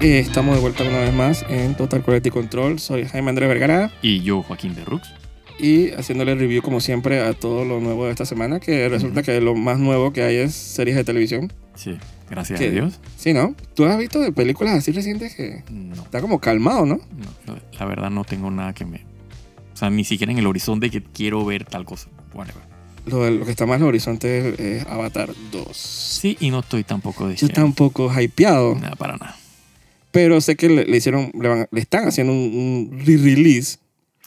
Eh, estamos de vuelta una vez más en Total Quality Control. Soy Jaime Andrés Vergara Y yo, Joaquín de Rux. y haciéndole review como siempre a todo lo nuevo de esta semana, que resulta que lo más nuevo que hay es series de televisión. Sí, gracias ¿Qué? a Dios. Sí, ¿no? ¿Tú has visto de películas así recientes que No, está como calmado, no? no, la verdad no tengo nada que me... O sea, ni siquiera en el horizonte que quiero ver tal cosa. Whatever. Lo, lo que está más en el horizonte es, es Avatar 2. Sí, y no estoy tampoco de Yo share. tampoco hypeado, Nada, para nada. pero sé que le, le hicieron, le, van- le están haciendo un, un re-release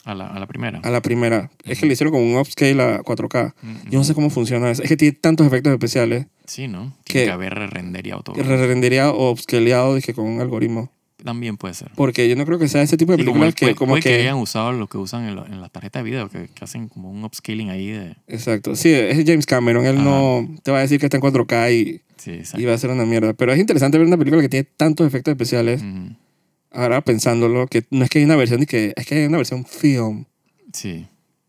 A la, a la primera. a la primera. Es que le hicieron como un upscale a 4K. Mm, Yo no sé cómo funciona eso. Es que tiene tantos efectos especiales. Sí, ¿no? ¿Qué? Tiene que haber rendereado todo. que Rendería o upscaleado dije, con un algoritmo. También puede ser. Porque yo no creo que sea ese tipo de Sí, como películas el- que puede, como puede que... que... hayan usado lo que usan en, la- en las tarjetas de video, que, que hacen como un upscaling ahí de... Exacto. Sí, es James Cameron. Él Ajá. no te va a decir que está en 4K y, Sí, y exacto. va a ser una mierda. Pero es interesante ver una película que tiene tantos efectos especiales. Ujú. Ahora pensándolo, que no es que hay una versión, ni que, es que hay una versión film. Sí.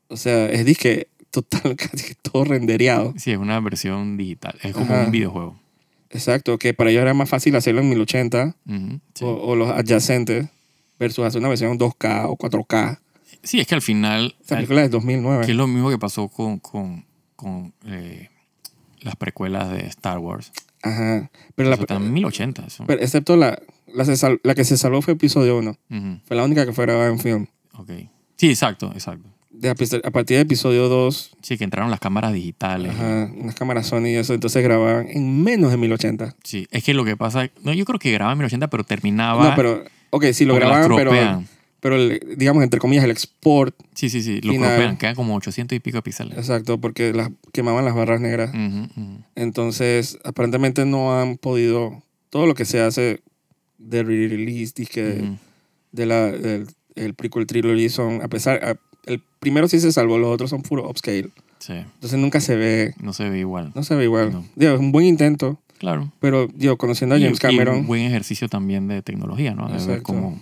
O sea, es disque total, casi que todo rendereado. Sí, es una versión digital. Es como Oh. Ajá. un videojuego. Exacto, que para ellos era más fácil hacerlo en 1080 Ujú, sí. o, o los adyacentes versus hacer una versión 2K o 4K. Sí, es que al final, Esa película es 2009. que es lo mismo que pasó con, con, con, eh, las precuelas de Star Wars. Ajá. Pero Pero la, eso está en 1080. eso. pero excepto la, la, se sal- la que se salvó fue episodio 1. Ujú, Fue la única que fue grabada en film. ok. Sí, exacto, exacto. De a, pis- a partir de episodio 2, Sí, que entraron las cámaras digitales. ajá, unas cámaras Sony y eso, entonces grababan en menos de 1080. Sí, es que lo que pasa... No, yo creo que grababan en 1080, pero terminaba... No, pero, ok, sí lo porque Ah, las grababan, pero, cropean. pero el- digamos, entre comillas, el export, Sí, sí, sí, lo final. cropean. Quedan como 800 y pico de píxeles. exacto, porque las, quemaban las barras negras. Ujú, ujú. Entonces, aparentemente no han podido, todo lo que se hace de re-release, disque de- Ujú. de la, del el prequel trilogy son, a pesar, a- el primero sí se salvó, los otros son puro upscale. Sí, Entonces nunca se ve, no se ve igual. no se ve igual. No. Digo, es un buen intento, Claro. pero yo conociendo a Y- James y Cameron, un buen ejercicio también de tecnología, ¿no? De ver Exacto. cómo...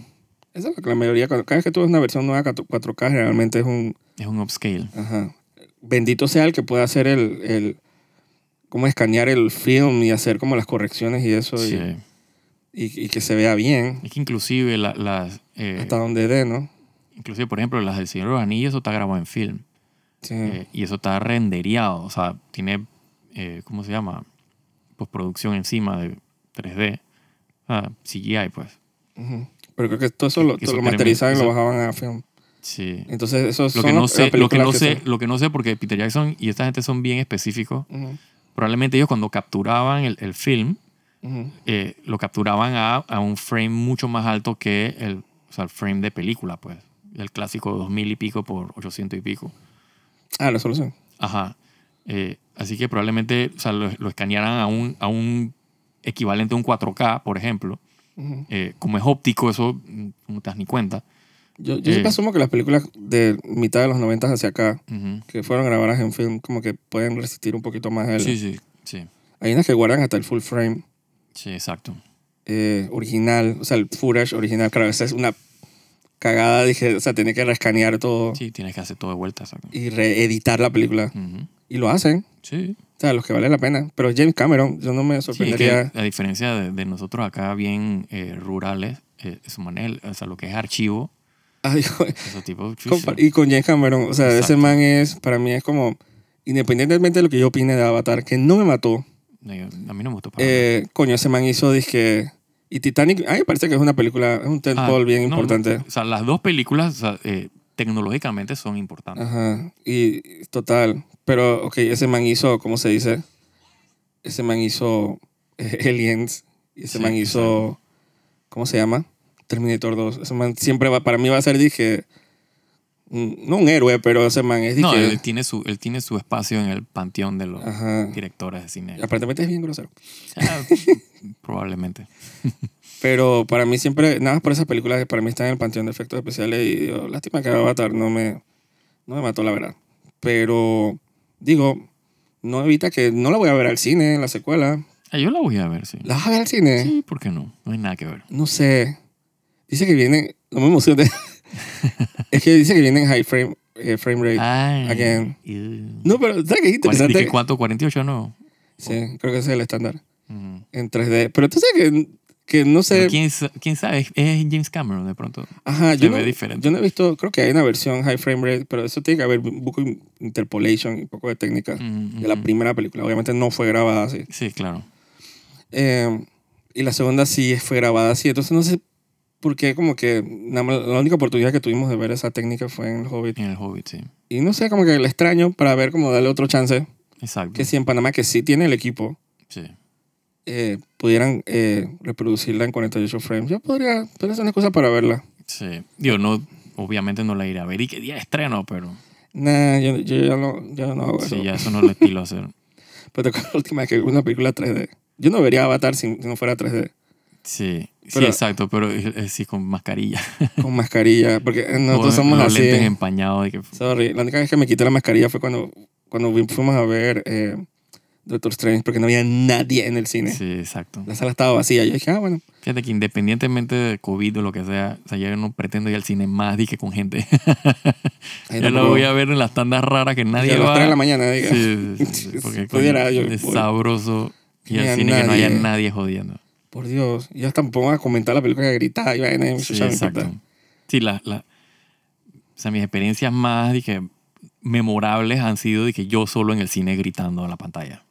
esa es lo que la mayoría, cuando- cada vez que tú ves una versión nueva 4K, realmente es un, Es un upscale. ajá, bendito sea el que pueda hacer el, el cómo escanear el film y hacer como las correcciones y eso, y- Sí. y, y que se vea bien, Es que inclusive la- las... eh, hasta donde dé, ¿no? inclusive, por ejemplo, las del Señor de los Anillos, eso está grabado en film. Sí. Eh, y eso está rendereado. O sea, tiene, eh, ¿cómo se llama? Postproducción encima de 3D. Ah, CGI, pues. Ujú. Pero creo que todo eso lo, Eso lo tremendo, materializaban y lo eso- bajaban a film. Sí. Entonces, eso Lo que, no sé, lo, que no sé, lo que no sé, porque Peter Jackson y esta gente son bien específicos. Probablemente ellos cuando capturaban el, el film, eh, lo capturaban a, a un frame mucho más alto que el, o sea, el frame de película, pues. El clásico 2000 y pico por 800 y pico. Ah, la solución. Ajá. Eh, así que probablemente o sea, lo, lo escanearan a un, a un equivalente a un 4K, por ejemplo. Ujú. Eh, como es óptico, eso mm, no te das ni cuenta. Yo, yo Eh. siempre asumo que las películas de mitad de los 90 hacia acá, Ujú. que fueron grabadas en film, como que pueden resistir un poquito más el... Sí, sí, sí. Hay unas que guardan hasta el full frame Sí, exacto. eh, original, o sea, el footage original, claro, esa es una cagada, dije, o sea, tenía que reescanear todo Sí, tienes que hacer todo de vuelta, exacto. y reeditar la película. Ujú. Y lo hacen, Sí. o sea, los que vale la pena. Pero James Cameron, yo no me Sí, es que sorprendería... la diferencia de, de nosotros acá, bien eh, rurales, eh, su manera, o sea, lo que es archivo, Ay, joder. esos Con- tipos. chucha. y con James Cameron, o sea, ese Exacto. man es, para mí es como, independientemente de lo que yo opine de Avatar, que no me mató, No, yo- a mí no me gustó para nada. eh, coño, ese man hizo disque... Y Titanic, a mí me parece que es una película, es un Ah, tentpole bien no, importante. no, o sea, las dos películas o sea, eh, tecnológicamente son importantes. Ajá, y total. Pero, ok, ese man hizo, ¿cómo se dice? Ese man hizo eh, Aliens, y ese Sí, man hizo, ¿cómo se llama? Terminator 2. Ese man siempre va, para mí va a ser, dije, mm, no un héroe, pero ese man es, dije... No, él tiene, su, él tiene su espacio en el panteón de los Ajá. directores de cine. Aparentemente es bien grosero. Ah, Probablemente. Pero para mí siempre, nada más por esas películas que para mí están en el panteón de efectos especiales y digo, lástima que Avatar no me, no me mató, la verdad. Pero digo, no evita que no la voy a ver al cine, la secuela. Ah, yo la voy a ver, sí. ¿La vas a ver al cine? Sí, ¿por qué no? No hay nada que ver. No sé. Dice que vienen, no me emocioné. es que dice que vienen high frame, eh, frame rate. Ay, again. ew. No, pero ¿sabes qué es Cuare- ¿de qué interesante? ¿Cuánto? ¿48 no? Sí, creo que ese es el estándar Ujú. en 3D. Pero tú sabes que que no sé. Pero ¿Quién, sa- quién sabe? Es- Es James Cameron de pronto. Ajá, se yo no, ve diferente. yo no he visto, creo que hay una versión high frame rate, pero eso tiene que haber un poco de interpolation y un poco de técnica Mm, de la mm, primera película. Obviamente no fue grabada así. Sí, claro. Eh, y la segunda sí fue grabada así. Entonces no sé por qué, como que nada más- la única oportunidad que tuvimos de ver esa técnica fue en El Hobbit. En el Hobbit, sí. Y no sé, como que le extraño para ver como darle otro chance. Exacto. Que si en Panamá, que sí tiene el equipo, Sí. eh, pudieran eh, reproducirla en 48 frames. Yo podría, podría hacer una cosa para verla. Sí. Digo, no, obviamente no la iré a ver y qué día de estreno, pero Nah, yo, yo ya no, yo no hago eso. sí, ya eso no lo estilo hacer. Pero te acuerdas la última vez que vi una película 3D. Yo no vería Avatar si si no fuera 3D. Sí, sí, Pero- exacto, pero es- es sí con mascarilla. Con mascarilla. Porque eh, nosotros Todos somos los así. lentes empañados. De que, Sorry. La única vez que me quité la mascarilla fue cuando, cuando vi- fuimos a ver eh, Doctor Strange. Porque no había nadie en el cine. sí, exacto. La sala estaba vacía. Yo dije, ah, bueno. Fíjate que independientemente de COVID o lo que sea, o sea, yo no pretendo ir al cine más, dije, con gente. ahí yo lo tampoco- voy a ver en las tandas raras que nadie a las va. 3 de la mañana. Diga. Sí, sí, sí, sí, porque Si pudiera, coño, yo es voy. sabroso y Ni al a cine que no haya nadie. nadie jodiendo. Por Dios. Ya hasta me pongo a comentar la película que gritaba. Y vaina, y me Sí, escuchaba, me exacto. importa. Sí, la, la- o sea, mis experiencias más dije, memorables han sido de que yo solo en el cine gritando a la pantalla.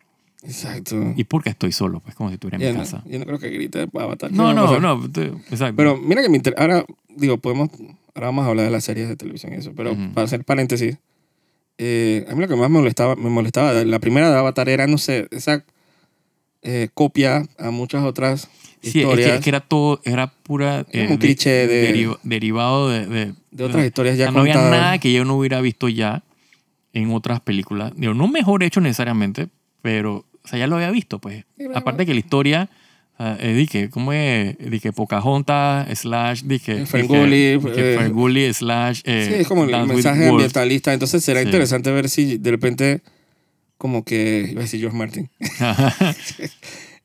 Exacto. ¿Y porque estoy solo? Pues como si estuviera en Yo mi no- casa. yo no creo que grite Avatar. ¿Qué va No, a no, pasar? no. tú- Exacto. Pero mira que me inter- ahora, digo, podemos, ahora vamos a hablar de las series de televisión y eso, pero Ujú. para hacer paréntesis, eh, a mí lo que más me molestaba, me molestaba, de la primera de Avatar era, no sé, esa eh, copia a muchas otras sí, es historias que, es que era todo, era pura... como un cliché de- deriva- derivado de... de- de otras historias o ya sea, no había contadas. nada que yo no hubiera visto ya en otras películas. Digo, no mejor hecho necesariamente, pero o sea, ya lo había visto, pues. Sí, pero- Aparte que la historia, ah, eh, dije, ¿cómo es? Dije, Pocahontas, slash, dije... Ferngully, dije, eh, dije, Ferngully, slash... eh, Sí, es como el Dance with mensaje Wolves. ambientalista, entonces será Sí. interesante ver si de repente, como que, iba a decir George Martin,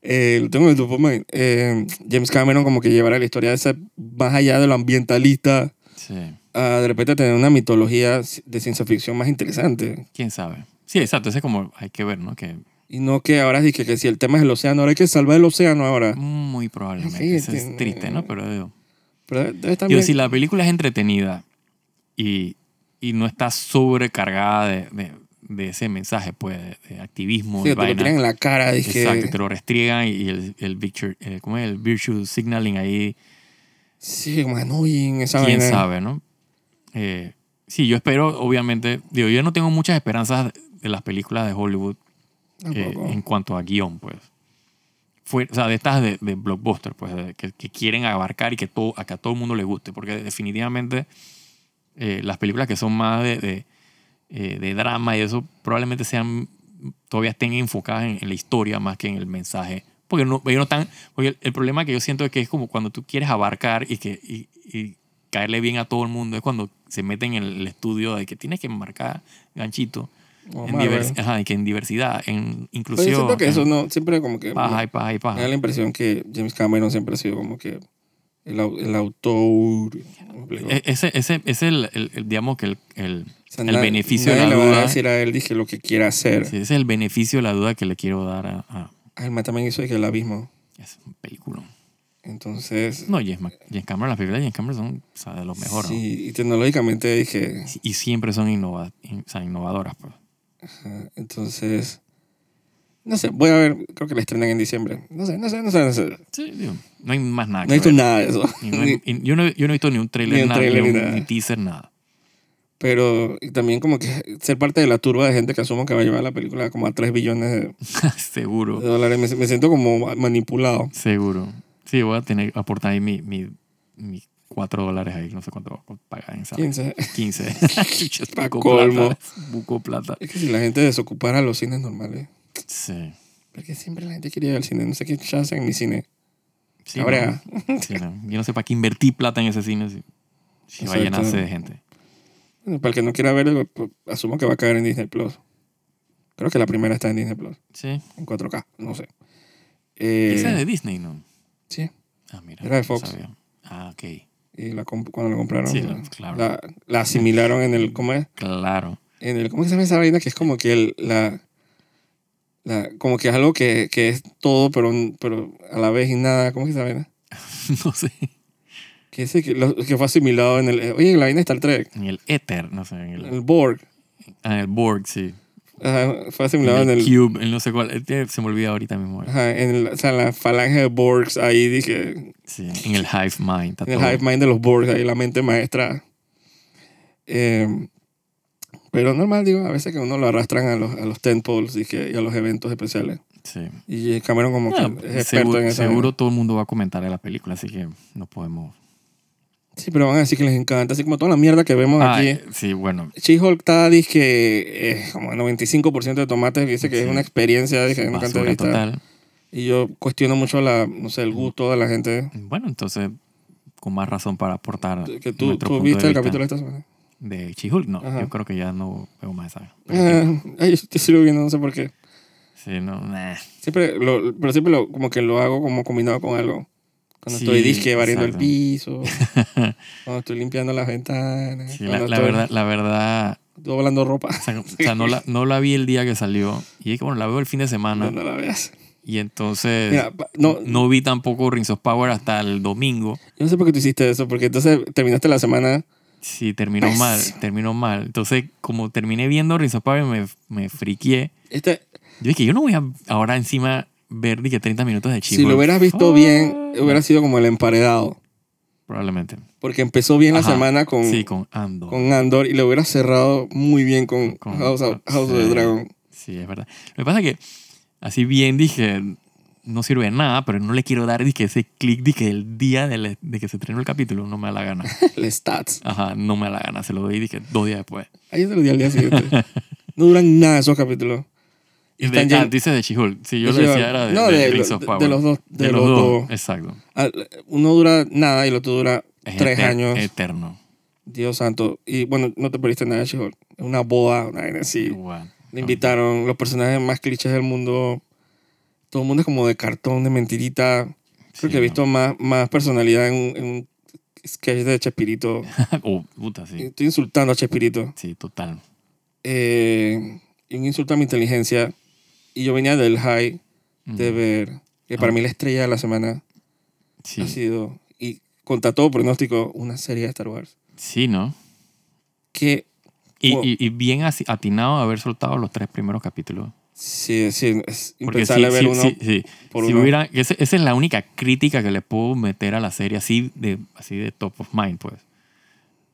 Eh, lo tengo en el grupo, man. Eh, James Cameron como que llevará la historia esa más allá de lo ambientalista. sí, a de repente tener una mitología de ciencia ficción más interesante. quién sabe. Sí, exacto, ese es como, hay que ver, ¿no? Que Y no que ahora dije que si el tema es el océano, ahora hay que salvar el océano ahora. Muy probablemente. Sí, Eso es tiene- triste, ¿no? Pero digo, Pero debe estar digo, bien. si la película es entretenida y, y no está sobrecargada de, de- de ese mensaje, pues, de, de activismo, Sí, de te lo vaina. tiran en la cara, dije. Exacto, te lo restriegan y el, el, virtue, eh, ¿cómo es? el virtue signaling ahí, Sí, como annoying, esa quién vaina. sabe, ¿no? Eh, sí, yo espero, obviamente, digo, yo no tengo muchas esperanzas de las películas de Hollywood eh, Tampoco. en cuanto a guión, pues. Fue, o sea, de estas de, de blockbuster, pues, de- que, que quieren abarcar y que todo, a que a todo el mundo le guste, porque definitivamente eh, las películas que son más de, de, eh, de drama y eso probablemente sean, todavía estén enfocadas en, en la historia más que en el mensaje. Porque, no, ellos no están, porque el, el problema que yo siento es que es como cuando tú quieres abarcar y, que, y, y caerle bien a todo el mundo, es cuando se meten en el estudio de que tienes que marcar ganchito O en, Marvel. divers- ajá, y que en diversidad, en Pero Pues yo inclusión. siento que eso en no, siempre como que... Paja y paja y Me da paja. la impresión que James Cameron siempre ha sido como que el, au- el autor... ¿cómo explico? E- Ese, ese, ese el, el- el- digamos que el, el- O sea, el na- beneficio de nadie la le va a duda. decir a él, dije, lo que quiera hacer. sí, ese es el beneficio de la duda que le quiero dar a, a- Ah, el man también hizo de que el abismo. es un película. Entonces... No, James, Mac- James Cameron, las películas de James Cameron son o sea, de los mejores. ¿no? Sí, y tecnológicamente dije... Y siempre son innova- in- o sea, innovadoras. pues. Ajá, Entonces, no sé, voy a ver, creo que la estrenan en diciembre. No sé, no sé, no sé, no sé. Sí, digo, no hay más nada. No he visto que ver. nada de eso. Ah, Y no hay- y yo, no, yo no he visto ni un trailer, Ni un nada, tráiler, ni, ni un- nada. ni teaser, nada. Pero y también como que ser parte de la turba de gente que asumo que va a llevar la película como a 3 billones de, de Seguro, dólares, me, me siento como manipulado. seguro. Sí, voy a tener aportar ahí mi, mi, mi 4 dólares ahí, no sé cuánto pagan en esa ¿Quién sabe? 15. Chucha, Pa' buco colmo. plata. Buco plata. Es que si la gente desocupara los cines normales. Sí. Porque siempre la gente quería ir al cine. No sé qué chance en mi cine. Sí, Cabrea. no. Sí, no. Yo no sé para qué invertí plata en ese cine si, si va a Exacto. llenarse de gente. Bueno, para el que no quiera verlo, pues, asumo que va a caer en Disney Plus. Creo que la primera está en Disney Plus. Sí. En 4K, no sé. Esa es Eh, de Disney, ¿no? sí. Ah, mira. Era de no Fox. sabía. Ah, ok. y la comp- cuando la compraron Sí, la, la- claro. la- la asimilaron en el cómo es Claro. en el cómo se llama esa vaina que es como que el, la, la como que es algo que, que es todo pero pero a la vez y nada cómo es que esa vaina no sé. Que, ese que, lo- que fue asimilado en el... eh, Oye, la vaina de Star Trek. En el éter, no sé. En el, ah, El Borg. en el Borg, sí. Ajá, fue En asimilado el, en el... Cube, en no sé cuál. Eh, Se me olvida ahorita mismo. Ajá, en el- o sea, la falange de Borgs ahí, dije, Sí, en el Hive Mind. está En el todo. hive mind de los Borgs, ahí la mente maestra. Eh, pero normal, digo, a veces que uno lo arrastran a los, a los tentpoles y, que- y a los eventos especiales. Sí. Y Cameron como No, que es experto Ah, seguro en esa seguro vaina. todo el mundo va a comentar de la película, así que no podemos. Sí, pero van a decir que les encanta. Así como toda la mierda que vemos Ah, aquí. eh, sí, bueno. She-Hulk está, dizque, eh, como 95% de tomates, que dice que Sí. es una experiencia, dije, nunca antes Basura vista. total. Mm. Y yo cuestiono mucho la, no sé, el gusto de la gente. Bueno, entonces, con más razón para aportar. Que tú, nuestro tú punto viste de el vista capítulo de esta semana. de Chihulk. No, Ajá. yo creo que ya no veo más esa. Ah, ay, yo sigo viendo, no sé por qué. Sí, no, nah. Siempre lo, pero siempre lo, como que lo hago como combinado con algo. Cuando Sí, estoy disque barriendo el piso, exacto. cuando estoy limpiando las ventanas, Sí, la, cuando la estoy verdad, la verdad, doblando ropa. o sea, o sea, no, la, no la vi el día que salió. Y es que, bueno, la veo el fin de semana. No, no la veas. Y entonces, Mira, pa- no, no vi tampoco Rings of Power hasta el domingo. yo no sé por qué tú hiciste eso, porque entonces terminaste la semana. Sí, terminó Pésimo. mal, terminó mal. Entonces, como terminé viendo Rings of Power, me, me friqué. Este, Yo dije, yo no voy a ahora encima ver ni que 30 minutos de chivo. si lo hubieras visto bien, Ah. hubiera sido como el emparedado. Probablemente. Porque empezó bien la Ajá. semana con, sí, con Ando. con Andor y lo hubiera cerrado muy bien con, Con- House, of, House of the sí. Dragon. Sí, es verdad. Lo que pasa es que, así bien dije, no sirve de nada, pero no le quiero dar dije, ese clic dije, el día de, la- de que se estrenó el capítulo. No me da la gana. El stats. Ajá, no me da la gana. Se lo doy dije, dos días después. Ahí se lo di al día siguiente. No duran nada esos capítulos. Y Están de, ah, llen- dice de Chihul. Sí, yo Eso lo iba- decía, era de, no, de de- Rings de- of de Power. los dos- de los dos. Exacto. Ah, Uno dura nada y el otro dura Es tres eter- años. Eterno. Dios santo. Y bueno, no te perdiste nada, chico. Es una boda, una vaina así. Igual. Le invitaron los personajes más clichés del mundo. Todo el mundo es como de cartón, de mentirita. Creo Sí, que he visto más, más personalidad en un, en un sketch de Chespirito. Oh, puta, sí. Estoy insultando a Chespirito. Sí, total. Eh, y un insulto a mi inteligencia. Y yo venía del high de Mm, ver, que para Ah. mí la estrella de la semana ha Sí. sido, y contra todo pronóstico, una serie de Star Wars. sí, ¿no? Que Y, Wow. y, y bien asi- atinado a haber soltado los tres primeros capítulos. sí, sí, es Porque sí, impensable ver sí, uno sí, sí. por Si uno. hubiera- ese- esa es la única crítica que le puedo meter a la serie así de, así de top of mind, pues.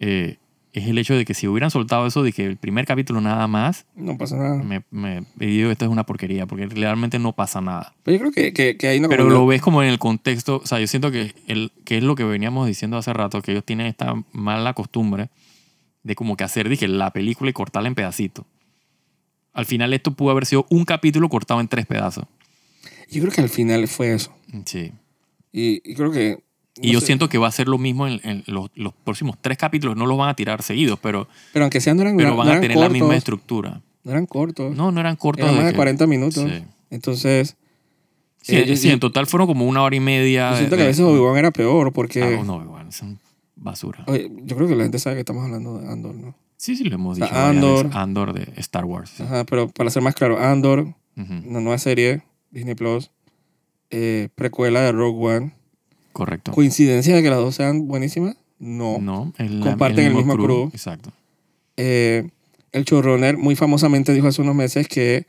Eh, es el hecho de que si hubieran soltado eso de que el primer capítulo nada más, No pasa nada. me, me y digo esto es una porquería, porque realmente no pasa nada. Pero yo creo que, que, que hay una Pero comunidad- lo ves como en el contexto, o sea, yo siento que, el, que es lo que veníamos diciendo hace rato, que ellos tienen esta mala costumbre de como que hacer, dije, la película y cortarla en pedacitos. Al final esto pudo haber sido un capítulo cortado en tres pedazos. Yo creo que al final fue eso. Sí. Y, y creo que... Y no yo sé, siento que va a ser lo mismo en, en los, los próximos tres capítulos, no los van a tirar seguidos, pero, Pero aunque sean, no eran, pero no van a eran tener cortos. la misma estructura. No eran cortos. No, no eran cortos. eran de más de que- 40 minutos. Sí. Entonces, Sí, Eh, yo- sí, yo- en total fueron como una hora y media. yo de- siento que a Ah, de- veces Obi-Wan Ah, era peor porque... Ah, no, igual, son basura. Oye, yo creo que la gente sabe que estamos hablando de Andor, ¿no? Sí, sí, lo hemos sea, dicho. varias veces. Andor. Andor de Star Wars. sí. Ajá, pero para ser más claro, Andor, Ujú, una nueva serie, Disney Plus, eh, precuela de Rogue One. Correcto. ¿Coincidencia de que las dos sean buenísimas? No. No, es la- Comparten el mismo crew. Exacto. Eh, el showrunner muy famosamente dijo hace unos meses que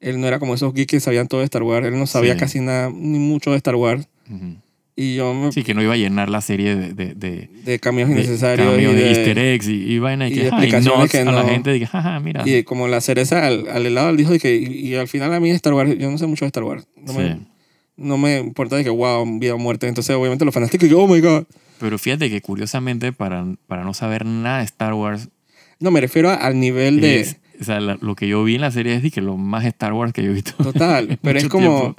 él no era como esos geeks que sabían todo de Star Wars. Él no sabía Sí. casi nada, ni mucho de Star Wars. Ujú. Y yo me- Sí, que no iba a llenar la serie de, de, de- de cambios de innecesarios cambios y de de, easter eggs y, y vaina y, y de que, ay, explicaciones nods que a la no- gente. Y que, jaja, mira. y de como la cereza al, al helado, él dijo de que, y, y al final a mí Star Wars, yo no sé mucho de Star Wars. No, me, Sí. no me importa de que, wow, vida o muerte. Entonces, obviamente, los fanáticos, yo, oh my god. Pero fíjate que curiosamente, para, para no saber nada de Star Wars, No, me refiero a- al nivel de. es- o sea, la- lo que yo vi en la serie es de que lo más Star Wars que yo he visto. Total, pero es Mucho como. tiempo.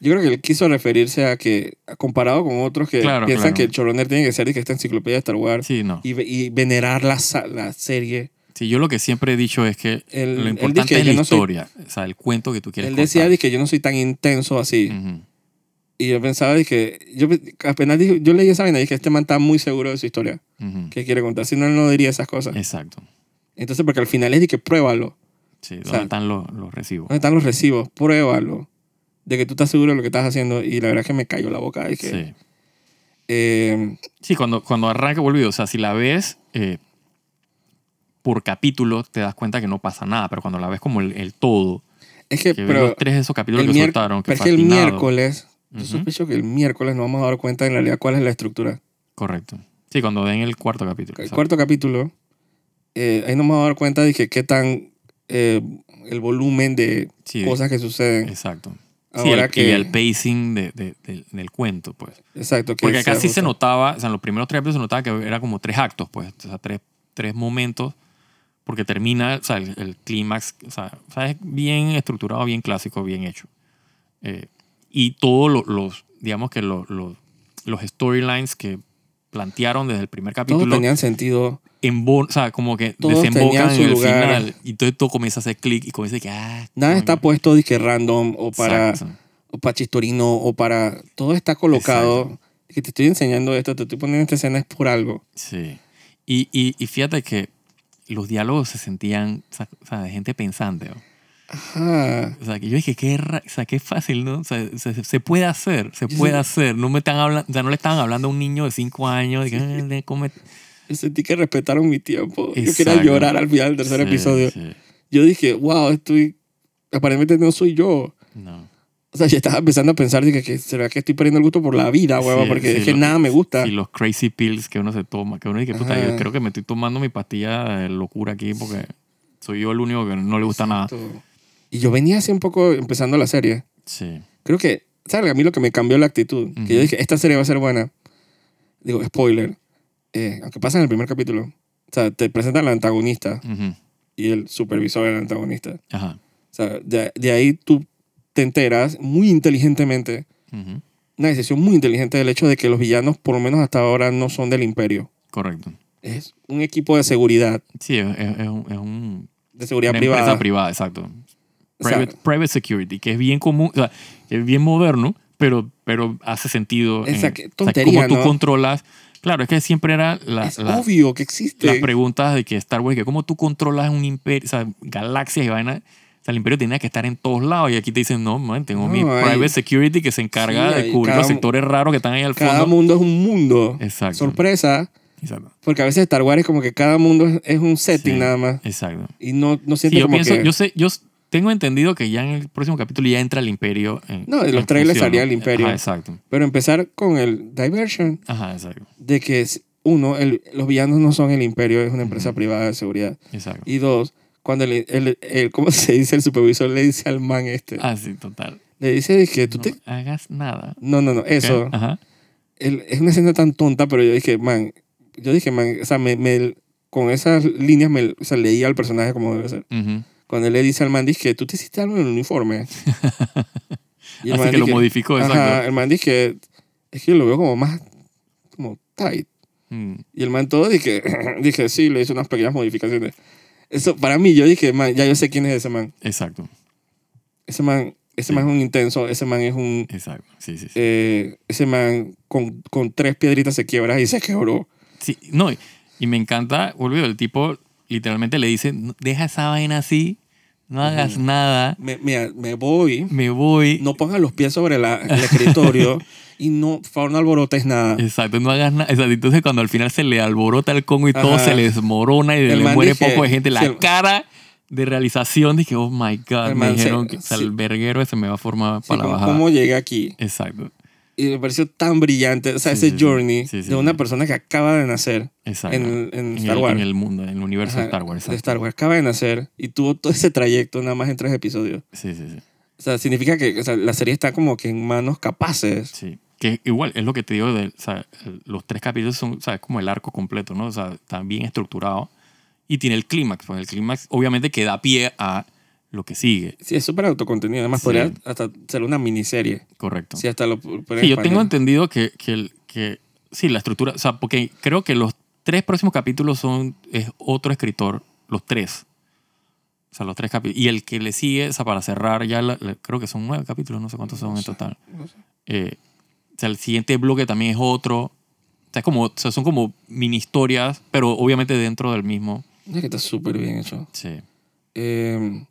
Yo creo que él quiso referirse a que, comparado con otros que Claro, piensan claro. que el showrunner tiene que ser de que esta enciclopedia de Star Wars Sí, no. y, ve- y venerar la, sa- la serie. Sí, yo lo que siempre he dicho es que Él- él lo importante dice, es la yo no soy- historia, o sea, el cuento que Mm. tú quieres él decía contar. de que yo no soy tan intenso así. Ujú. Y yo pensaba de que. Yo pe- apenas dije- yo leí esa vaina y dije: Este man está muy seguro de su historia. Ujú. que quiere contar? Si no, él no diría esas cosas. Exacto. Entonces, porque al final es de que pruébalo. Sí, sea, ah, ¿dónde están los, los recibos? ¿Dónde están los recibos? Pruébalo. De que tú estás seguro de lo que estás haciendo. Y la verdad es que me cayó la boca. de que Sí. Eh, Sí, cuando, cuando arranca, vuelve. O sea, si la ves eh, por capítulo, te das cuenta que no pasa nada. Pero cuando la ves como el, el todo, es que, que ves pero los tres de esos capítulos el que mier- soltaron, que pero es que el patinado. miércoles, yo Ujú. sospecho que el miércoles nos vamos a dar cuenta en realidad cuál es la estructura. Correcto. Sí, cuando den el cuarto capítulo. El exacto. cuarto capítulo, eh, ahí nos vamos a dar cuenta de que qué tan eh, el volumen de Sí, de- cosas que suceden. Exacto. Sí, Ahora el- que. y el pacing de- de- del- del cuento, pues. exacto. Que Porque acá sí se ajusta. notaba, o sea, en los primeros tres episodios se notaba que era como tres actos, pues, o sea, tres, tres momentos, porque termina, o sea, el, el clímax, o sea, o sea, es bien estructurado, bien clásico, bien hecho. Eh, y todos lo- los, digamos que lo- lo- los storylines que plantearon desde el primer Todos capítulo, tenían sentido. embo- o sea, como que Todos desembocan tenían su en el lugar. final, y entonces todo comienza a hacer clic y comienza a que, ah, Nada está coño. puesto disque random o para, Exacto. o para chistorino o para. Todo está colocado. Que te estoy enseñando esto, te estoy poniendo esta escena es por algo. Sí. Y, y, y fíjate que los diálogos se sentían, o sea, de gente pensante. ¿no? Ajá. O sea, que yo dije, qué, ra- o sea, qué fácil, ¿no? O sea, se, se puede hacer, se Yo puede sé- hacer. No me están hablando, o sea, no le estaban hablando a un niño de 5 años. de que, "Ah, de come-". Yo sentí que respetaron mi tiempo. Yo Exacto. quería llorar al final del tercer Sí, episodio. sí. Yo dije, wow, estoy. Aparentemente no soy yo. No. O sea, yo estaba empezando a pensar, dije, que será que estoy perdiendo el gusto por la vida, hueva, Sí, porque sí, es que lo- nada me gusta. Y los crazy pills que uno se toma, que uno dice, puta, Ajá. yo creo que me estoy tomando mi pastilla de locura aquí porque soy yo el único que no le gusta nada. Exacto. Y yo venía así un poco empezando la serie. Sí. Creo que, ¿sabes? A mí lo que me cambió la actitud, Ujú. que yo dije, esta serie va a ser buena. Digo, spoiler, eh, aunque pasa en el primer capítulo. O sea, te presentan al antagonista Ujú. y el supervisor del antagonista. O Ajá. sea, de, de ahí tú te enteras muy inteligentemente, Ujú. una decisión muy inteligente del hecho de que los villanos, por lo menos hasta ahora, no son del imperio. Correcto. Es un equipo de seguridad, Sí, es, es- es un- es un de seguridad una privada. empresa privada, exacto. O sea, Private, private security, que es bien común, o sea, es bien moderno, pero, pero hace sentido. en- Esa que o sea, tontería, cómo tú ¿no? controlas. Claro, es que siempre era la- es la- obvio que las existe. preguntas de que Star Wars, que cómo tú controlas un imperio, o sea, galaxias y vainas. O sea, el imperio tenía que estar en todos lados y aquí te dicen, no, man, tengo No, mi hay- private security que se encarga Sí, de hay cubrir cada los mu- sectores raros que están ahí al Cada fondo. mundo es un mundo. Exacto. Sorpresa, Exacto. porque a veces Star Wars es como que cada mundo es- es un setting Sí, nada más. Exacto. Y no, no Sí, siente yo como pienso, que... yo sé, yo s- tengo entendido que ya en el próximo capítulo ya entra el imperio. En, No, de los en trailers función, salía ¿no? el Imperio. Ajá, exacto. Pero empezar con el diversion Ajá, exacto. de que, es- uno, el- los villanos no son el imperio, es una empresa Ujú. privada de seguridad. Exacto. Y dos, cuando el, el- el- ¿cómo se dice? El supervisor le dice al man este, Ah, sí, total. le dice de que tú no te... hagas nada. No, no, no, eso. ¿Ok? Ajá. el- es una escena tan tonta, pero yo dije, man, yo dije, man, o sea, me, me- con esas líneas me, o sea, leía al personaje como debe ser. Ujú. Cuando él le dice al man, dije, tú te hiciste algo en el uniforme. Y Así que lo dizque, modificó, ajá, exacto. el man dije, es que yo lo veo como más, como tight. Mm, Y el man todo dije, dije, sí, le hizo unas pequeñas modificaciones. Eso, para mí, yo dije, man, ya yo sé quién es ese man. exacto, Ese man, ese man es un intenso, ese man es un, exacto. Sí, sí, sí. eh, ese man con, con tres piedritas se quiebra y se quebró. Sí, no, y, y me encanta, volvió, el tipo literalmente le dice, "No, deja esa vaina así, no hagas nada, Me, mira, me voy. me voy. no pongan los pies sobre la- el escritorio y no, por favor, no alborotes nada. Exacto, no hagas nada. Exacto, entonces cuando al final se le alborota el Congo y todo Ajá. se le desmorona y El le man muere dije- poco de gente, la sí, el- cara de realización dije, oh my God, El me man se- dijeron que o sea, sí. el verguero se me va a formar Sí, para la ¿cómo, bajada. cómo llegué aquí? Exacto, Y me pareció tan brillante, o sea, Sí, ese sí, sí. journey Sí, sí, de una sí. persona que acaba de nacer exacto. en, en En Star el, Wars. en el mundo, en el universo Ajá, de Star Wars. de exacto. Star Wars. Acaba de nacer y tuvo todo ese trayecto nada más en tres episodios. Sí, sí, sí. O sea, significa que o sea, la serie está como que en manos capaces. Sí. Que igual es lo que te digo, de, o sea, el- los tres capítulos son o sea, es como el arco completo, ¿no? O sea, están bien estructurado y tiene el clímax, pues el clímax obviamente que da pie a lo que sigue, Sí, es súper autocontenido. Además, Sí. podría hasta ser una miniserie. correcto. Sí, hasta lo podría Sí, yo expandir. tengo entendido que, que, el- que sí, la estructura, o sea, porque creo que los tres próximos capítulos son es otro escritor, los tres. O sea, los tres capítulos. Y el que le sigue, o sea, para cerrar ya, la- la- creo que son nueve capítulos, no sé cuántos son No en sé, total. no sé. Eh, o sea, el siguiente bloque también es otro. O sea, es como, o sea, son como mini historias, pero obviamente dentro del mismo. Es que está súper bien hecho. Sí. Eh,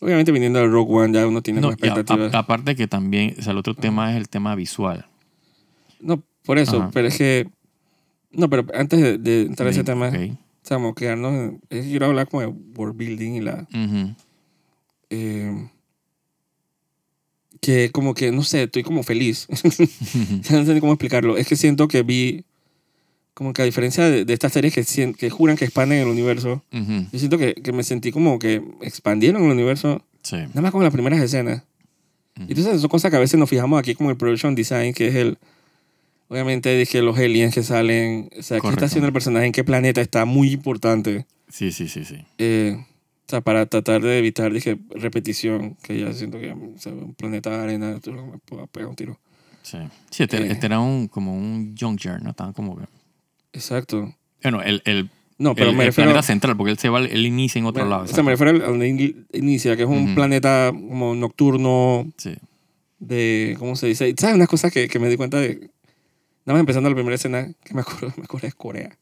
obviamente viniendo de Rogue One ya uno tiene No, más y a- expectativas. a- aparte que también, o sea, el otro tema es el tema visual. no, Por eso, Ajá. pero es que... No, pero antes de, de entrar a ese Ok, tema, ok. estamos quedarnos... en- Es que quiero hablar como de world building y la... Ujú. eh, que como que, no sé, estoy como feliz. no sé ni cómo explicarlo. Es que siento que vi... Como que a diferencia de, de estas series que, sien- que juran que expanden el universo, Ujú. yo siento que, que me sentí como que expandieron el universo, Sí. nada más con las primeras escenas. Ujú. Y Entonces son cosas que a veces nos fijamos aquí como el production design, que es el... Obviamente dije los aliens que salen, o sea, qué Correcto. está haciendo el personaje, en qué planeta está muy importante. Sí, sí, sí, sí. Eh, o sea, para tratar de evitar, dije, repetición, que ya siento que o sea, un planeta de arena, tú no me puedo pegar un tiro. Sí, sí este, Eh. este era un, como un juncture, ¿no? Estaban como que... Exacto. Bueno, el, el, No, pero el- me el refiero... planeta central, porque él se va, al- él inicia en otro me- lado. o sea, me exacto. refiero al donde in- inicia, que es un Ujú. planeta como nocturno Sí. de, ¿cómo se dice? ¿Sabes una cosa que, que me di cuenta de? Nada más empezando la primera escena, que me acuerdo, me acuerdo es Corea.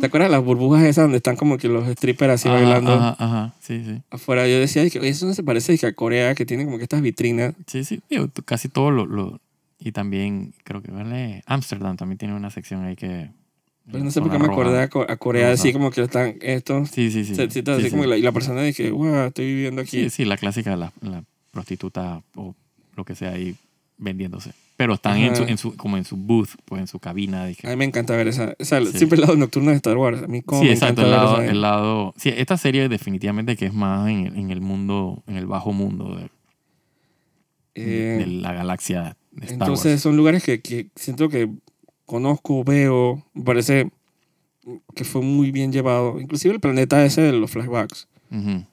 ¿Te acuerdas las burbujas esas donde están como que los strippers así Ajá, bailando Ajá, ajá, sí, sí. afuera? Yo decía, dije, "Oye, eso no se parece dije, a Corea, que tiene como que estas vitrinas. Sí, sí, digo, tú- casi todo lo, lo- Y también, creo que vale, Amsterdam también tiene una sección ahí que... Pero Pues no sé por zona qué me roja. acordé a, Co- a Corea, Roja. así como que están estos. Sí, sí, sí. se- se- así sí, como sí. la- y la persona dice, wow, estoy viviendo aquí. Sí, sí, la clásica de la, la prostituta o lo que sea ahí vendiéndose. Pero están en Ajá. su, en su, como en su booth, pues en su cabina. dije. A mí me encanta ver esa. esa Sí. Siempre el lado nocturno de Star Wars. A mí como Sí, me exacto, encanta el ver lado, esa- el lado... Sí, esta serie definitivamente que es más en el, en el mundo, en el bajo mundo de, Eh, de la galaxia de Star Entonces Wars. son lugares que, que siento que conozco, veo, me parece que fue muy bien llevado. Inclusive el planeta ese de los flashbacks, Ujú.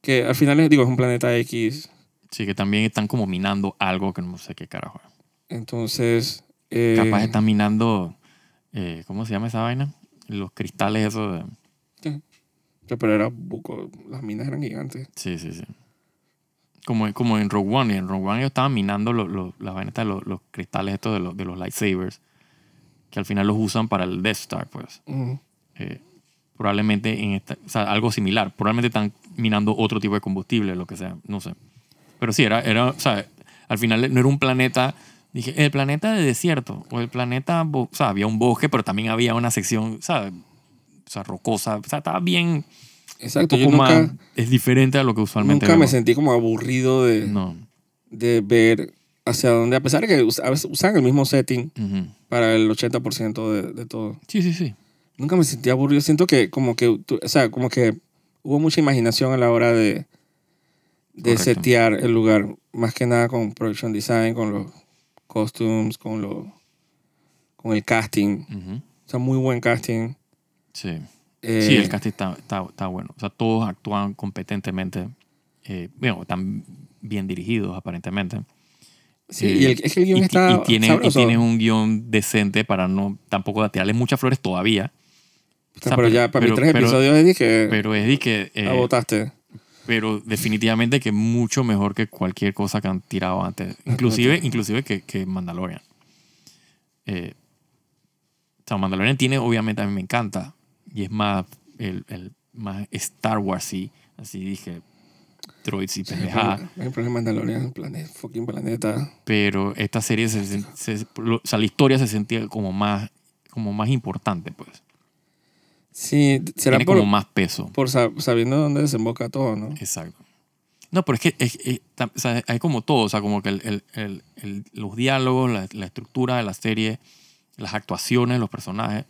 que al final les digo es un planeta X. Sí, que también están como minando algo que no sé qué carajo. es. Entonces... eh, Capaz están minando... eh, ¿Cómo se llama esa vaina? Los cristales esos. de- Pero era buco, las minas eran gigantes. Sí, sí, sí. Como, como en Rogue One. y En Rogue One ellos estaban minando los, los, las vainas estas, los, los cristales estos de los, de los lightsabers. Que al final los usan para el Death Star, pues. Ujú. Eh, probablemente en esta, o sea, algo similar. Probablemente están minando otro tipo de combustible, lo que sea. No sé. Pero sí, era, era o sea, al final no era un planeta... Dije, el planeta de desierto. O el planeta... bo- O sea, había un bosque, pero también había una sección, o sea, o sea, rocosa. O sea, estaba bien... Un Exacto, poco yo nunca, más... Es diferente a lo que usualmente nunca me vemos. sentí como aburrido de... No. de ver hacia dónde, a pesar de que us- a veces usan el mismo setting Ujú. para el 80% de, de todo. Sí, sí, sí. Nunca me sentí aburrido. Siento que como que, tu- o sea, como que hubo mucha imaginación a la hora de, de Correcto. setear el lugar. Más que nada con production design, con los costumes, con los con el casting. Ujú. O sea, muy buen casting. Sí. Eh, sí, el casting está, está, está bueno. O sea, todos actúan competentemente. Eh, bueno, están bien dirigidos, aparentemente. sí, eh, y el, es que el guión y, ti- está y tienen, y sabroso. tienen un guión decente para no tampoco tirarles muchas flores todavía. O o sea, sea, pero pero- ya para mis pero- tres pero- episodios es que Pero es de que. eh, la botaste. pero definitivamente que mucho mejor que cualquier cosa que han tirado antes. Inclusive, inclusive que, que Mandalorian. Eh, o sea, Mandalorian tiene, obviamente, a mí me encanta. Y es más, el, el más Star Wars y así dije, droids y Sí, pendejadas. el problema de Mandalorian, planeta, fucking planeta. Pero esta serie, se, se- se- lo- o sea, la historia se sentía como más, como más importante, pues. Sí, será Tiene por, como más peso. por sa- sabiendo dónde desemboca todo, ¿no? Exacto. No, pero es que es- es- tam- o sea, hay como todo, o sea, como que el- el- el- el- los diálogos, la, la estructura de la serie, las actuaciones, los personajes,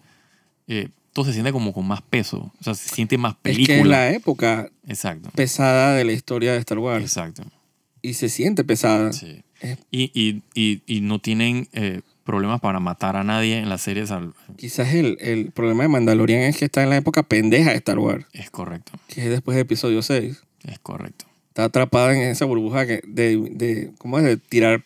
eh, todo se siente como con más peso, o sea, se siente más película. Es que es la época Exacto, pesada de la historia de Star Wars exacto. y se siente pesada. Sí. Eh. Y, y, y, y no tienen eh, problemas para matar a nadie en la serie, o sea, Quizás el, el problema de Mandalorian es que está en la época pendeja de Star Wars, es correcto, que es después de episodio 6. es correcto. Está atrapada en esa burbuja que de, de, ¿cómo es? de tirar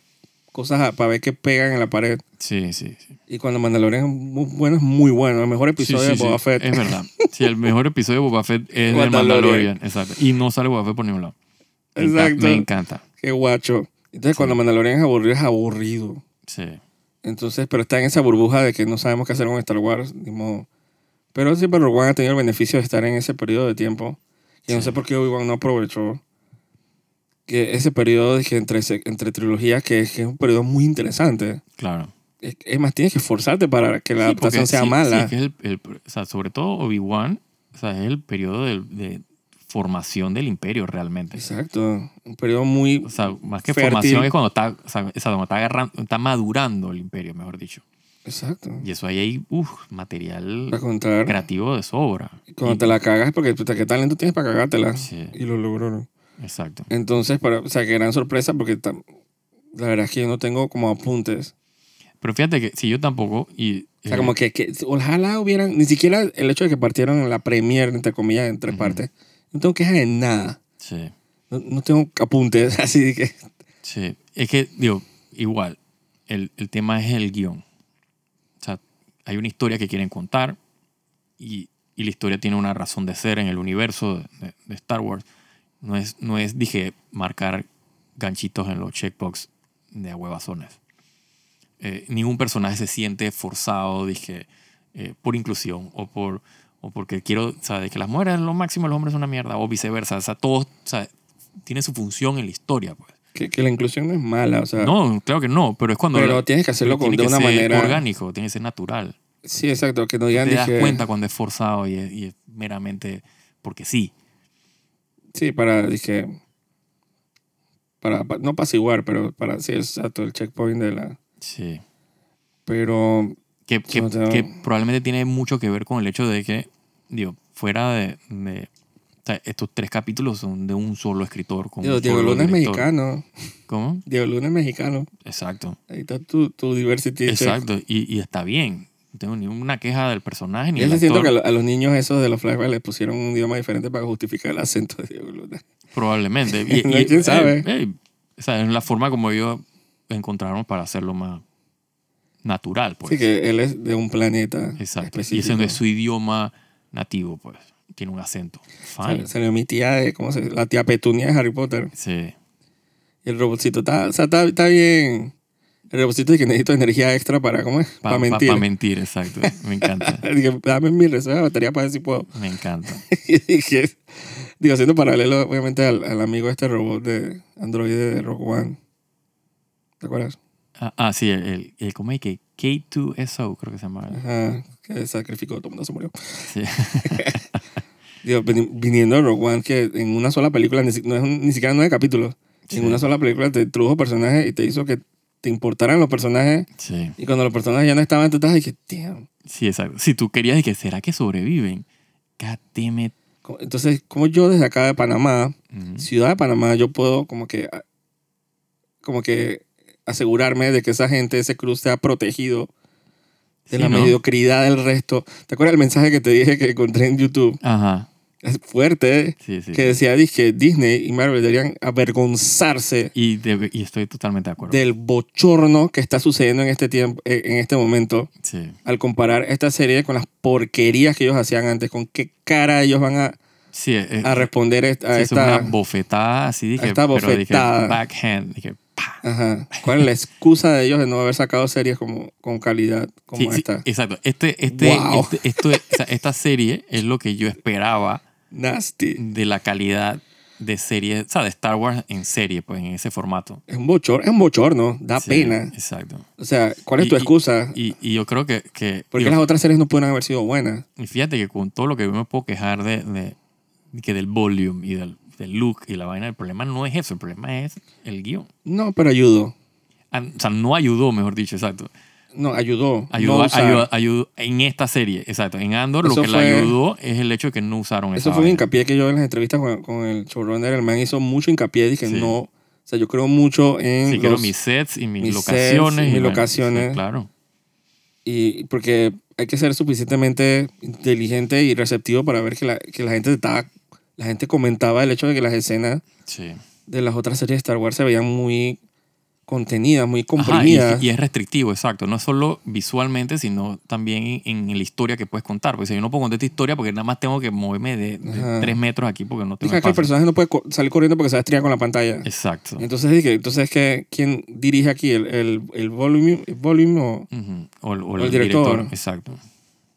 cosas a- para ver qué pegan en la pared. Sí, sí, sí. Y cuando Mandalorian es muy bueno, es muy bueno. El mejor Sí, episodio sí, de sí, Boba Fett. Es verdad. Sí, el mejor episodio de Boba Fett es de Mandalorian. Mandalorian. Exacto. Y no sale Boba Fett por ningún lado. Me enca- Exacto. Me encanta. Qué guacho. Entonces, Sí. cuando Mandalorian es aburrido, es aburrido. Sí. Entonces, pero está en esa burbuja de que no sabemos qué hacer con Star Wars, ni modo. Pero siempre Rogue ha tenido el beneficio de estar en ese periodo de tiempo. Y no Sí. sé por qué Obi-Wan no aprovechó que ese periodo de que entre, se- entre trilogías, que, es- que es un periodo muy interesante. Claro. Eh, Es, es más, tienes que esforzarte para que la Sí, porque adaptación sea sí, mala. sí, que es el- el- o sea, sobre todo Obi-Wan, o sea, es el periodo del- de, formación del imperio realmente. Exacto. Un periodo muy... O sea, más que Fértil. formación es cuando está, o sea, es cuando está, agarrando, está madurando el imperio, mejor dicho. Exacto. Y eso ahí hay uf, material Para contar. creativo de sobra. Cuando te la cagas, porque puta, qué talento tienes para cagártela. Sí, Y lo lograron. exacto. Entonces, para, o sea, que gran sorpresa, porque tam- la verdad es que yo no tengo como apuntes. Pero fíjate que si yo tampoco, y O sea, eh, como que, que ojalá hubieran, ni siquiera el hecho de que partieron la premier, entre comillas, en tres Ujú. partes. No tengo quejas de nada. sí, No, no tengo apuntes, así de que... sí. Es que, digo, igual, el, el tema es el guión. O sea, hay una historia que quieren contar y, y la historia tiene una razón de ser en el universo de, de- de Star Wars. No es, no es, dije, marcar ganchitos en los checkbox de a huevazones. Eh, ningún personaje se siente forzado, dije, eh, por inclusión o por o porque quiero, o sea, de que las mujeres son lo máximo, los hombres son una mierda, o viceversa. O sea, todos, o sea, tiene su función en la historia, pues. Que, que la inclusión no es mala, o sea... No, claro que no, pero es cuando... Ah. pero tienes que hacerlo con, tiene de que una ser manera... orgánico, tiene que ser natural. Sí, exacto, que no digan... Te das dije- cuenta cuando es forzado y es, y es meramente porque sí. Sí, para, dije... Para, pa- no apaciguar, pero para, sí, exacto, el checkpoint de la... Sí. Pero, Que, que- no te- que probablemente tiene mucho que ver con el hecho de que, digo, fuera de... de- o sea, estos tres capítulos son de un solo escritor. Con Diego, un Diego solo Luna es director. mexicano. ¿Cómo? Diego Luna es mexicano. Exacto. Ahí está tu, tu diversity check. Exacto. Y, y está bien. No tengo ninguna queja del personaje ni Yo del sí siento actor. que a lo- a los niños esos de los flashbacks les pusieron un idioma diferente para justificar el acento de Diego Luna. Probablemente. Y, No, y- quién sabe. eh, eh, o sea, es la forma como ellos encontraron para hacerlo más natural, pues. Sí, que él es de un planeta Exacto. Y específico. ese no es su idioma nativo, pues. Tiene un acento. Fine. Sal- Salió mi tía de, ¿cómo se La tía Petunia de Harry Potter. Sí. Y el robotcito está, o sea, está, está bien. El robotcito dice que necesito energía extra para, ¿cómo es? Pa- para pa- mentir. pa' mentir, exacto. Me encanta. Dije, dame mi reserva de batería para ver si puedo. Me encanta. Y dije, digo, haciendo paralelo, obviamente, al, al amigo este robot de Android de Rock One. ¿Te acuerdas? Ah, ah, sí, el, el, el- ¿cómo es que? K2SO, creo que se llama. Ajá, que sacrificó, todo el mundo se murió. Sí. Digo, vini- viniendo de Rock One, que en una sola película, ni, si- no es un- ni siquiera nueve capítulos, Sí. en una sola película te introdujo personajes y te hizo que te importaran los personajes. Sí. Y cuando los personajes ya no estaban, tú estabas y que, damn. Sí, exacto. Si tú querías, que ¿será que sobreviven? God damn it. Co- Entonces, como yo desde acá de Panamá, Ujú. ciudad de Panamá, yo puedo como que, ah, como que asegurarme de que esa gente, ese cruz, sea protegido de Sí, la ¿no? mediocridad del resto. ¿Te acuerdas el mensaje que te dije que encontré en YouTube? Ajá. Es fuerte, ¿eh? Sí, sí. que decía que Disney y Marvel deberían avergonzarse Y, debe- y estoy totalmente de acuerdo. del bochorno que está sucediendo en este tiempo, eh, en este momento, Sí, al comparar esta serie con las porquerías que ellos hacían antes, con qué cara ellos van a, sí. eh, a responder est- a sí, es esta... una bofetada así, dije, esta pero dije Ah, bofetada. backhand. Dije, pa. Ajá. ¿Cuál es la excusa de ellos de no haber sacado series como, con calidad como Sí, sí, esta? exacto. Este, este, Wow. este- esto es- o sea, esta serie es lo que yo esperaba Nasty. de la calidad de serie, o sea, de Star Wars en serie, pues en ese formato. Es un bochorno, es un bochorno, da Sí, pena. Exacto. O sea, ¿cuál es Y- tu y- excusa? Y, y yo creo que. que ¿Por qué digo, las otras series no pueden haber sido buenas? Y fíjate que con todo lo que yo me puedo quejar de, de- que del volume y del, del look y la vaina, el problema no es eso, el problema es el guión. No, pero ayudó. Ah, O sea, no ayudó, mejor dicho, exacto. No, ayudó. Ayudó, No usar. ayudó- ayudó en esta serie, exacto. En Andor Eso lo que fue- le ayudó es el hecho de que no usaron esa Eso fue un vaina. hincapié que yo en las entrevistas con, con el showrunner, el man hizo mucho hincapié. Dije, Sí. no. O sea, yo creo mucho en. Sí, quiero los- mis sets y mis, mis sets y locaciones. mis vaina. locaciones. Sí, claro. y porque hay que ser suficientemente inteligente y receptivo para ver que la, que la gente estaba. La gente comentaba el hecho de que las escenas Sí. Ajá, de las otras series de Star Wars se veían muy contenidas, muy y- comprimidas. y, es restrictivo, exacto. No solo visualmente, sino también en, en la historia que puedes contar. Porque si yo no puedo contar esta historia, porque nada más tengo que moverme de, de Ajá. tres metros aquí porque no tengo Dije "Ah, que el espacio. personaje no puede co- salir corriendo porque se va a estrellar con la pantalla. Exacto. Entonces dije, entonces que quién dirige aquí el, el, el volumen, el volumen o- Ujú. o, el- o el, el director. director. Exacto.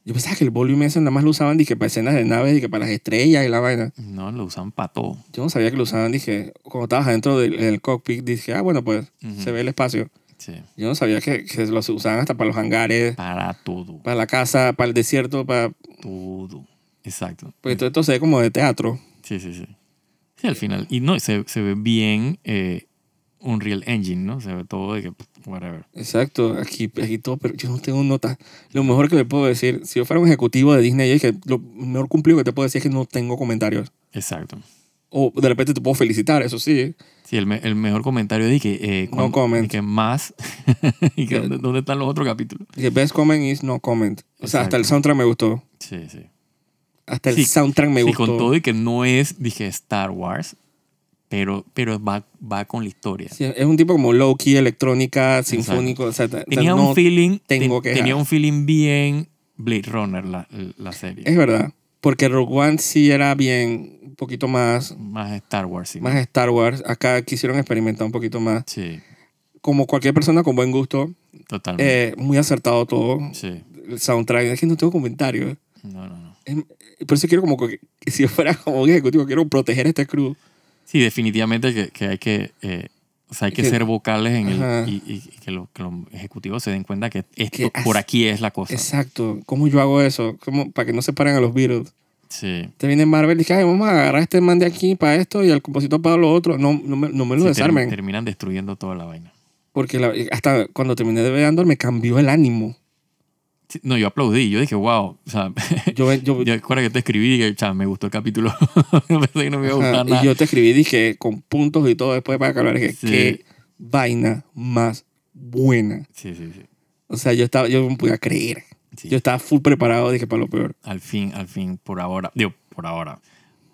yo pensaba que el volumen ese nada más lo usaban dije para escenas de naves y que para las estrellas y la vaina. No, lo usan para todo. Yo no sabía que lo usaban, dije, cuando estabas adentro del, del cockpit dije, ah bueno, pues Ujú. se ve el espacio. Sí. Yo no sabía que, que los usaban hasta para los hangares, Para todo. para la casa, para el desierto, para... Todo. Exacto. Pues todo esto se ve como de teatro. Sí, sí, sí. Sí, al final. Y no, se, se ve bien eh, Unreal Engine, ¿no? Se ve todo de que, pff, whatever. Exacto, aquí, aquí todo, pero yo no tengo notas. Lo mejor que le puedo decir, si yo fuera un ejecutivo de Disney, es que lo mejor cumplido que te puedo decir es que no tengo comentarios. Exacto. O de repente te puedo felicitar, eso sí. Sí, el, me- el mejor comentario de que, eh, No cuando- comment. de que más. y que, ¿dónde, dónde están los otros capítulos? The best comment is no comment. O sea, hasta el Exacto. soundtrack me gustó. Sí, sí. Hasta el Sí, soundtrack me sí, gustó. con todo y que no es, dije, Star Wars, pero, pero va, va con la historia. Sí, es un tipo como low-key, electrónica, sinfónico. O sea, ta- o sea, Tenía no- un feeling, tengo ten- quejas. tenía un feeling bien Blade Runner la, la serie. Es verdad. Porque Rogue One sí era bien, un poquito más, más Star Wars. Sí. más Star Wars. Acá quisieron experimentar un poquito más. Sí, Como cualquier persona con buen gusto, totalmente. eh, muy acertado todo. sí. El soundtrack, es que no tengo comentarios. No, no, no. Es- Por eso quiero como que, que si yo fuera como un ejecutivo, quiero proteger a este crew. Sí, definitivamente que, que hay que... eh, o sea, hay que Que- ser vocales en Ajá. el, y, y- y que, lo- que los ejecutivos se den cuenta que esto Que as- por aquí es la cosa. Exacto. ¿Cómo yo hago eso? ¿Cómo, para que no separen a los Beatles. Sí. Te viene Marvel y dice, "Ay, vamos a agarrar a este man de aquí para esto y al compositor para lo otro. No, no me, no me lo Sí, ter- desarmen. terminan destruyendo toda la vaina. Porque la- hasta cuando terminé de ver Andor me cambió el ánimo. Sí, no, yo aplaudí. Yo dije, wow. O sea, Yo, yo, yo recuerdo que te escribí y que, "Chá, me gustó el capítulo. Pensé que no me iba a ajá, gustar y nada. yo te escribí, dije, con puntos y todo después para acabar, dije, Sí. qué vaina más buena. Sí, sí, sí. O sea, yo estaba, yo no podía creer. Sí. Yo estaba full preparado, dije, para lo peor. Al fin, al fin, por ahora. Digo, por ahora.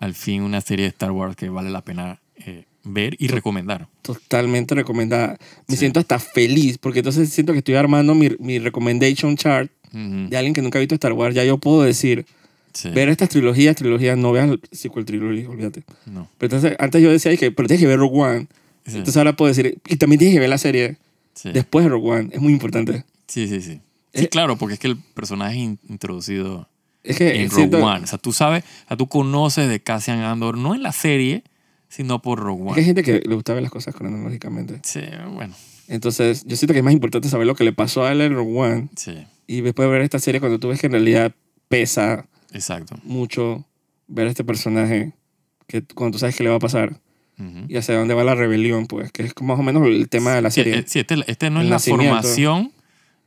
Al fin una serie de Star Wars que vale la pena eh, ver y recomendar. Totalmente recomendada. Me siento hasta feliz porque entonces siento que estoy armando mi, mi recommendation chart Ujú. de alguien que nunca ha visto Star Wars. Ya yo puedo decir, Sí. ver estas trilogías, trilogías, no veas el sequel trilogy, olvídate. No. Pero entonces, antes yo decía, que, pero tienes que ver Rogue One. Sí. Entonces ahora puedo decir, y también tienes que ver la serie Sí. después de Rogue One. Es muy importante. Sí, sí, sí. Sí, Eh, claro, porque es que el personaje in- introducido Es que en eh, siento- Rogue One. O sea, tú sabes, o sea, tú conoces de Cassian Andor, no en la serie, sino por Rogue es que hay One. gente que le gusta ver las cosas cronológicamente. Sí, bueno, Entonces, yo siento que es más importante saber lo que le pasó a él en Rogue One sí, y después ver esta serie cuando tú ves que en realidad pesa exacto. mucho ver a este personaje que t- cuando tú sabes qué le va a pasar Ujú. y hacia dónde va la rebelión, pues, que es como más o menos el tema de la Sí, serie. eh, sí, este, este no El es la nacimiento. formación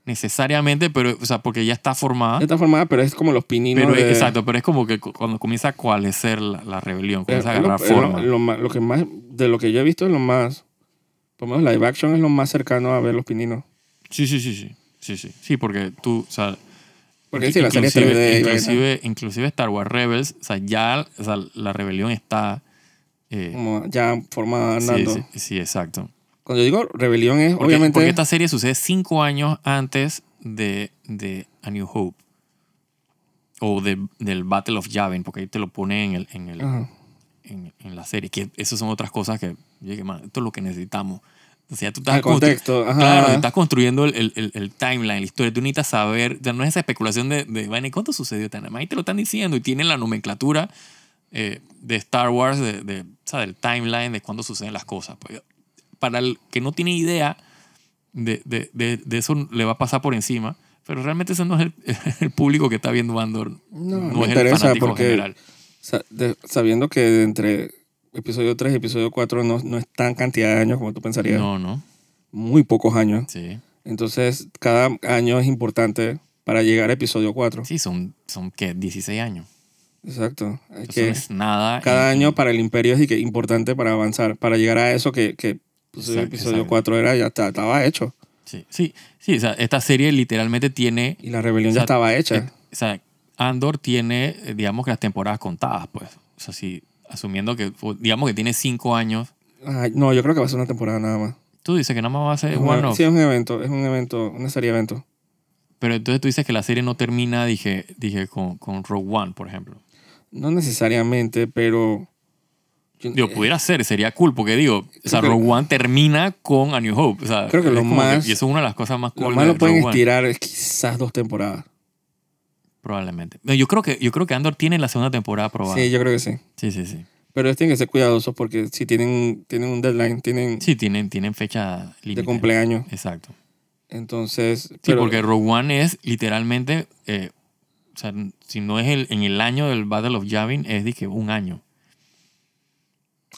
necesariamente, pero, o sea, porque ya está formada. De esta forma, pero es como los pininos. ah. Pero, es- de- Exacto, pero es como que cu- cuando comienza a coalescer la, la rebelión, es- comienza a Eh, es lo- agarrar es lo- forma. lo más- lo que más, de lo que yo he visto es lo más, por lo menos live action es lo más cercano a ver los pininos. Sí, sí, sí, sí. Sí, sí. Sí, porque tú, o sea, Porque si la serie es inclusive, 3D y vaina, inclusive, inclusive Star Wars Rebels, o sea, ya o sea, la rebelión está. eh, como ya formada sí, andando. sí, sí, exacto. Cuando digo rebelión es, Porque, obviamente, porque esta serie sucede cinco años antes de, de A New Hope. O de- del Battle of Yavin, porque ahí te lo pone en, el, en, el, ajá, en, en la serie. Que esas son otras cosas que, yo dije, "Man, esto es lo que necesitamos. O sea, tú estás el constru- contexto, ajá. Claro, estás construyendo el, el- el- el timeline, la historia. Tú necesitas saber, o sea, no es esa especulación de, de vaina, ¿y ¿cuánto sucedió? Tan ahí te lo están diciendo y tienen la nomenclatura eh, de Star Wars, de, de, o sea, del timeline, de cuándo suceden las cosas. Pues, para el que no tiene idea de, de- de- de eso, le va a pasar por encima. Pero realmente ese no es el, el público que está viendo Andor. No, No, me es el interesa fanático porque- general. Sa- de- sabiendo que de entre episodio 3 y episodio 4 no, no es tan cantidad de años como tú pensarías. No, no. Muy pocos años. Sí. Entonces, cada año es importante para llegar a episodio 4. Sí, son, son ¿qué? 16 años. Exacto. Hay Eso no que, es nada. cada en- año para el imperio es y que importante para avanzar, para llegar a eso que, que pues, el Exacto, episodio exacto. 4 era, ya está- estaba hecho. Sí, sí, sí. O sea, esta serie literalmente tiene. Y la rebelión ya Exacto. estaba eh, hecha. o sea, Andor tiene, eh, digamos que las temporadas contadas, pues. O sea, sí, asumiendo que, o digamos que tiene cinco años. Ay, no, yo creo que va a ser una temporada nada más. Tú dices que nada más va a ser Es una- one off, sí, es un evento, es un evento, una serie de eventos. pero entonces tú dices que la serie no termina, dije, dije con, con Rogue One, por ejemplo. No necesariamente, pero... yo- Digo, pudiera ser, sería cool, porque digo, o sea, Eh, Creo que- Rogue One termina con A New Hope. O sea, Creo que es lo como más- y eso es una de las cosas más Lo cool. más de lo pueden Rogue One, estirar es quizás dos temporadas. probablemente. No, Yo creo, que, yo creo que Andor tiene la segunda temporada probada. Sí, yo creo que sí. sí, sí. sí. Pero ellos tienen que ser cuidadosos porque si tienen, tienen un deadline, tienen Sí, tienen, tienen fecha límite. de cumpleaños. Exacto. Entonces, Sí, pero- porque Rogue One es literalmente, eh, o sea, si no es el, en el año del Battle of Yavin, es dije, un año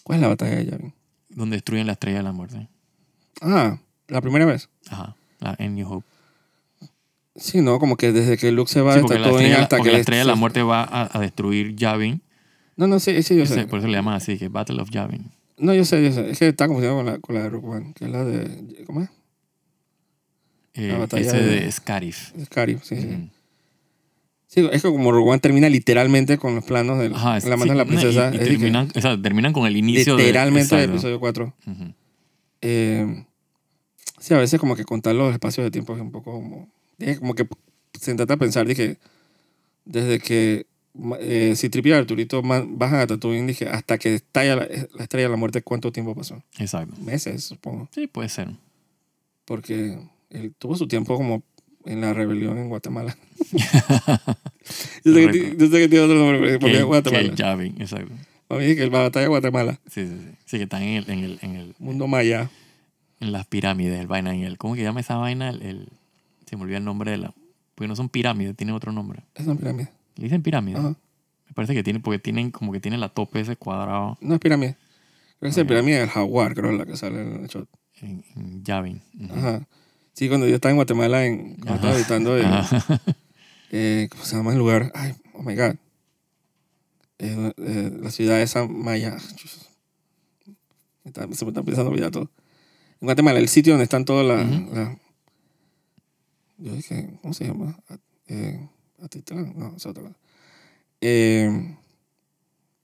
¿cuál es la batalla de Yavin? donde destruyen la estrella de la muerte. Ah, la primera vez. Ajá, la, en New Hope. Sí, no, como que desde que Luke se va Sí, porque está la todo bien estrella, hasta porque que la estrella de la se- muerte va a, a destruir Yavin. No, no, sí, sí, yo Ese- sé. por eso le llaman así, que Battle of Yavin. No, yo sé, yo sé. Es que está confundido con la, con la de Rogue One, que es la de. ¿Cómo es? Eh, La batalla ese de- de, Scarif. Scarif, sí, sí. Mm. Sí, es que como Rogue One termina literalmente con los planos de la, Ajá, la sí, mano de la no, y- princesa. y es de que terminan, o sea, terminan con el inicio de- literalmente del exacto. episodio 4. Ujú. Eh, sí, a veces como que contar los espacios de tiempo es un poco como... eh, como que sentarte a pensar, dije, desde que ma- eh, si Tripia y Arturito man- bajan a Tatooine, dije, hasta que estalla la, la estrella de la muerte, ¿cuánto tiempo pasó? Exacto. Meses, supongo. Sí, puede ser. Porque él tuvo su tiempo como en la rebelión en Guatemala. yo, sé que, ti- yo sé que tiene otro nombre, pero ¿por qué Que- Guatemala? que Yavin, exacto. A mí que el batalla de Guatemala, Sí, sí, sí. Sí, que están en, el, en, el, en, el, mundo maya. en las pirámides, el vaina en el. ¿Cómo que llama esa vaina? El, el- se me olvidó el nombre de la. Porque no son pirámides, tienen otro nombre. Es una pirámide. Le dicen pirámide. Ajá. Me parece que tienen, porque tienen como que tienen la tope ese cuadrado No es pirámide. Creo que es la Ok. pirámide del jaguar, creo, la que sale en el shot. en, en Yavin. Ujú. Ajá. Sí, cuando yo estaba en Guatemala, en, cuando estaba Ajá. visitando el, Ajá. eh, ¿cómo se llama el lugar? Ay, oh my God. Eh, eh, la ciudad de San Maya. Me está- se me está empezando a olvidar todo. En Guatemala, el sitio donde están todas las... Ujú. las- yo dije, ¿cómo se llama? A- Eh, Atitlán. No, es otra cosa. Eh,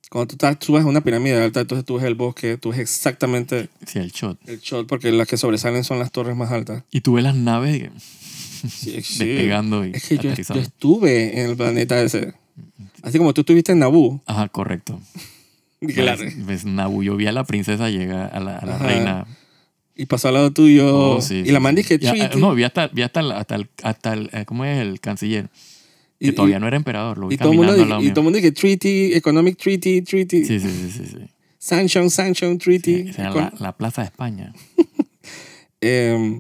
cuando tú estás, subes a una pirámide alta, entonces tú ves el bosque, tú ves exactamente Sí, el shot. el shot, porque las que sobresalen son las torres más altas. Y tú ves las naves y que- Sí, sí. despegando y Es que yo, yo aterrizando. estuve en el planeta ese. Mm-hmm. Así como tú estuviste en Naboo. Ajá, correcto. dije, la- Ves- ves Nabu, yo vi a la princesa llegar a la, a la Ajá. reina. y pasó al lado tuyo. Oh, sí, y sí, la mandé sí. que Y, ah, "Tweety". No, vi hasta, vi hasta, el- hasta el, hasta el, eh, ¿cómo es? El canciller. y, que y- todavía no era emperador, lo vi y todo el mundo caminando al dije, lado y mío. todo el mundo dije treaty, economic treaty, treaty, Sí, sí, sí, sí. sí. sanction, sanction, treaty. Esa era Econ- la, la Plaza de España. Em,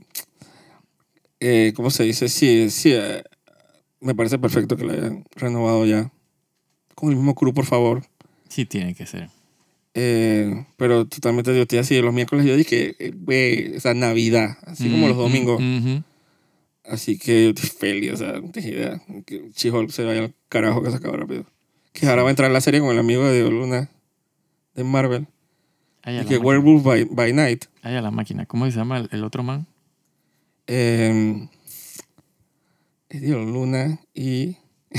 eh, ¿Cómo se dice? Sí, sí. eh, me parece perfecto que la hayan renovado ya. Con el mismo crew, por favor. Sí, tiene que ser. Eh, pero totalmente de hostia. Sí, los miércoles yo dije, eh, güey, esa Navidad, así como Mm, los mm, domingos. ujú. Así que yo estoy feliz, o sea, no tienes idea. Que She-Hulk se vaya al carajo que se acaba rápido. Que ahora va a entrar la serie con el amigo de Diego Luna de Marvel. Allá y la que máquina. Werewolf by, by Night. Allá la máquina. ¿Cómo se llama el, el otro man? eh, es Diego Luna y.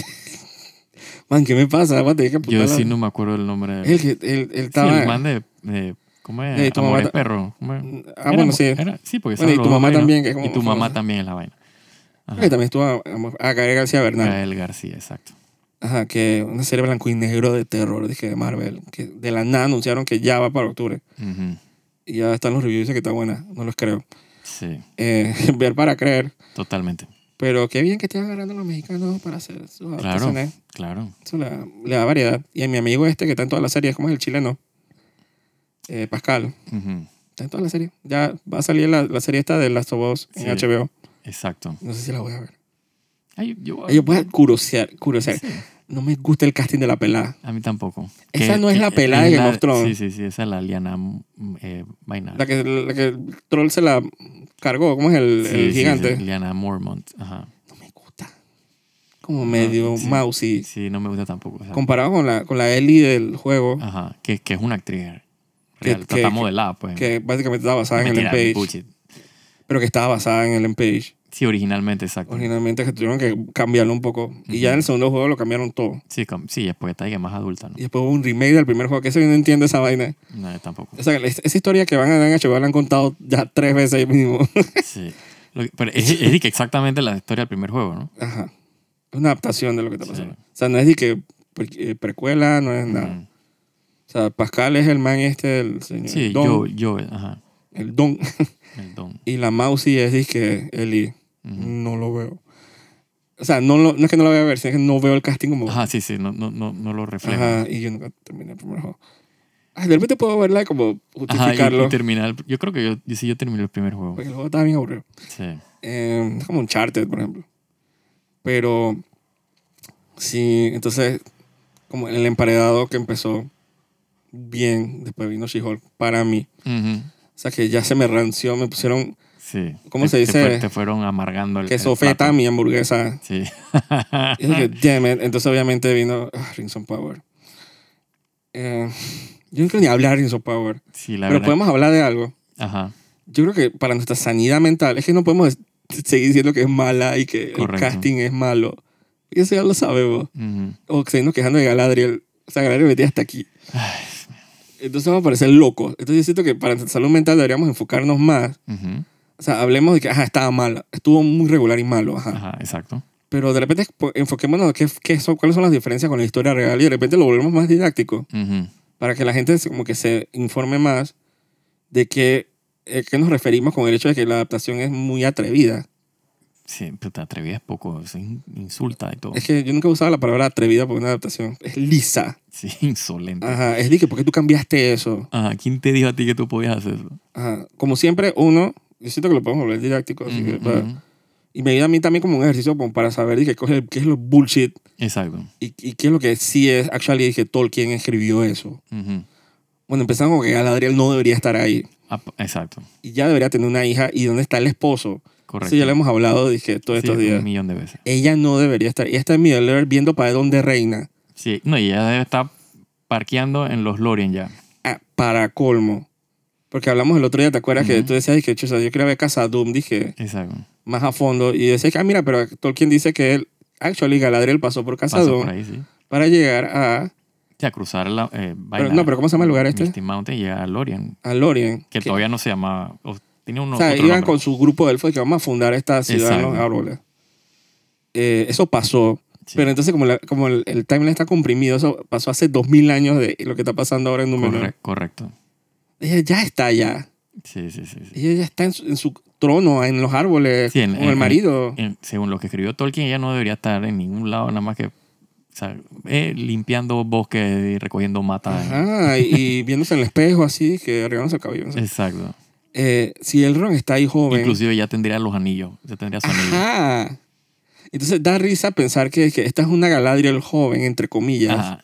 man, ¿qué me pasa? Voy Pues a tener que Yo apuntarla. sí no me acuerdo el nombre. de- Él, que- él, él Sí, estaba. el man de, de- ¿cómo es? Eh, tu mamá Amores ta- Perro. ¿Cómo es? Ah, Era- bueno, sí. era- sí, porque Bueno, son y los tu dos mamá vainas. también, que es como Y tu mamá famosa. también es la vaina. Ajá. Que también estuvo a, a, a Gael García Bernal. Gael García, exacto. Ajá, que una serie blanco y negro de terror, dije, de Marvel. Que de la nada anunciaron que ya va para octubre. Ujú. Y ya están los reviews de que está buena. No los creo. Sí, eh, ver para creer. totalmente. Pero qué bien que estén agarrando los mexicanos para hacer sus Claro, adaptaciones. claro. Eso le, da- le da variedad. Y a mi amigo este que está en todas las series, como es el chileno, Eh, Pascal, Ujú. está en todas las series. Ya va a salir la, la serie esta de Last of Us en Sí. HBO. Exacto. No sé si la voy a ver. Ay, yo- Ay, Yo voy a curiosear, curiosear. Sí. No me gusta el casting de la pelada. A mí tampoco. Esa Que- no es que- la pelada de es Game la- of Thrones. Sí, sí, sí, esa es la Liana mm, eh, Vaina. La que, la que el troll se la cargó, ¿cómo es el, Sí, el sí, gigante? sí, Liana Mormont. Ajá. No me gusta. Como medio Ah, sí. mousy. Sí, no me gusta tampoco. o sea, Ah. Comparado con la, con la Ellie del juego, Ajá. Que, que es una actriz real. Que- está, que- está modelada, pues. que básicamente estaba basada en el Mentira, Page. bullshit. pero que estaba basada en el Page. Sí, originalmente, exacto. Originalmente que tuvieron que cambiarlo un poco. Y ya en el segundo juego lo cambiaron todo. Sí, com- sí, después está ahí que más adulta, ¿no? Y después hubo un remake del primer juego, que eso yo no entiendo esa vaina. No, yo tampoco. O sea, es- esa historia que van a dar en HBO la han contado ya tres veces ahí mismo. Sí. Lo que- pero es, es de que exactamente la historia del primer juego, ¿no? Ajá. Es una adaptación de lo que está Sí. pasando. O sea, no es de que pre- eh, precuela, no es nada. Mm. O sea, Pascal es el man este, el señor Sí, Don. yo, yo, ajá. El Don. El don. y la Mousy es disque Eli. Ujú. No lo veo. O sea, no, lo- no es que no lo voy a ver, sino que no veo el casting como... Ajá, sí, sí, no, no, no, no lo refleja. Ajá, y yo nunca terminé el primer juego. ah, de repente puedo verla y como Ajá, y- justificarlo. y terminar. Yo creo que yo, yo sí, yo terminé el primer juego. porque el juego estaba bien aburrido. Sí. Eh, es como un charter, por ejemplo. Pero sí, entonces, como el emparedado que empezó bien, después vino She-Hulk, para mí. Ujú. O sea, que ya se me ranció, me pusieron Sí. ¿Cómo Te- se te dice? fue- Te, fueron amargando el el queso feta a plato. mi hamburguesa. Sí. Y dije, damn it. Entonces, obviamente, vino ah, Rings of Power. Eh, yo no quiero ni hablar de Rings of Power. Sí, la pero verdad. podemos hablar de algo. Ajá. Yo creo que para nuestra sanidad mental, es que no podemos seguir diciendo que es mala y que el Correcto. casting es malo. Y eso ya lo sabemos. Ujú. O que seguimos quejando de Galadriel. O sea, Galadriel metía hasta aquí. Entonces vamos a parecer locos. Entonces yo siento que para nuestra salud mental deberíamos enfocarnos más. Ujú. O sea, hablemos de que, ajá, estaba mala. Estuvo muy regular y malo, ajá. Ajá, exacto. Pero de repente po- enfoquémonos en qué, qué son, cuáles son las diferencias con la historia real y de repente lo volvemos más didáctico Ujú. para que la gente se- como que se informe más de qué, eh, qué nos referimos con el hecho de que la adaptación es muy atrevida. Sí, pero te atrevías poco. Se in- insulta y todo. Es que yo nunca usaba la palabra atrevida por una adaptación. Es lisa. Sí, insolente. Ajá. Ajá. Es de que, ¿por qué tú cambiaste eso? ¿Quién te dijo a ti que tú podías hacer eso? Ajá. Como siempre, uno, yo siento que lo podemos volver didáctico. así que, Ujú, para- ujú. y me ayuda a mí también como un ejercicio como para saber dije, coge- qué es lo bullshit Exacto. y, y qué es lo que sí es. Actually, dije, Tolkien escribió eso. Ujú. Bueno, empezamos con que Galadriel no debería estar ahí. Ap- Exacto. Y ya debería tener una hija. ¿Y dónde está el esposo? Correcto. Eso ya lo hemos hablado, dije, todos Sí, estos Un días. millón de veces. Ella no debería estar. Ella está en Middle-earth viendo para dónde reina. Sí, no, y ella debe estar parqueando en los Lorien ya. Ah, para colmo. Porque hablamos el otro día, ¿te acuerdas? Que Ujú. tú decías, dije, chusa, yo quería ver Casa Doom, dije, Exacto. más a fondo. Y decías, que, ah, mira, pero Tolkien dice que él, actually, Galadriel pasó por Casa Pasa Doom por ahí, sí. para llegar a, Ya cruzar la. pero, Eh, vaina, no, pero ¿cómo se llama el lugar este? Misty Mountain y llegar a Lorien, A Lorien. que todavía no se llamaba. O, tiene un O sea, otro iban nombre. con su grupo de elfos que vamos a fundar esta ciudad en los Exacto. árboles. Eh, eso pasó. Sí. Pero entonces, como, la- como el, el timeline está comprimido, eso pasó hace 2000 años de lo que está pasando ahora en Númenor. Corre- correcto. Ella ya está allá. Sí, sí, sí. sí. Ella ya está en su, en su trono, en los árboles, Sí, en- con en- el marido. En- según lo que escribió Tolkien, ella no debería estar en ningún lado, nada más que o sea, eh, limpiando bosques y recogiendo matas. Ajá, y, y viéndose en el espejo así, que arreglándose el cabello. no sé. Exacto. Eh, si Elrond está ahí joven. Inclusive ella tendría los anillos. Ya tendría su anillo. Ajá. Entonces da risa pensar que, que esta es una Galadriel joven, entre comillas. Ajá.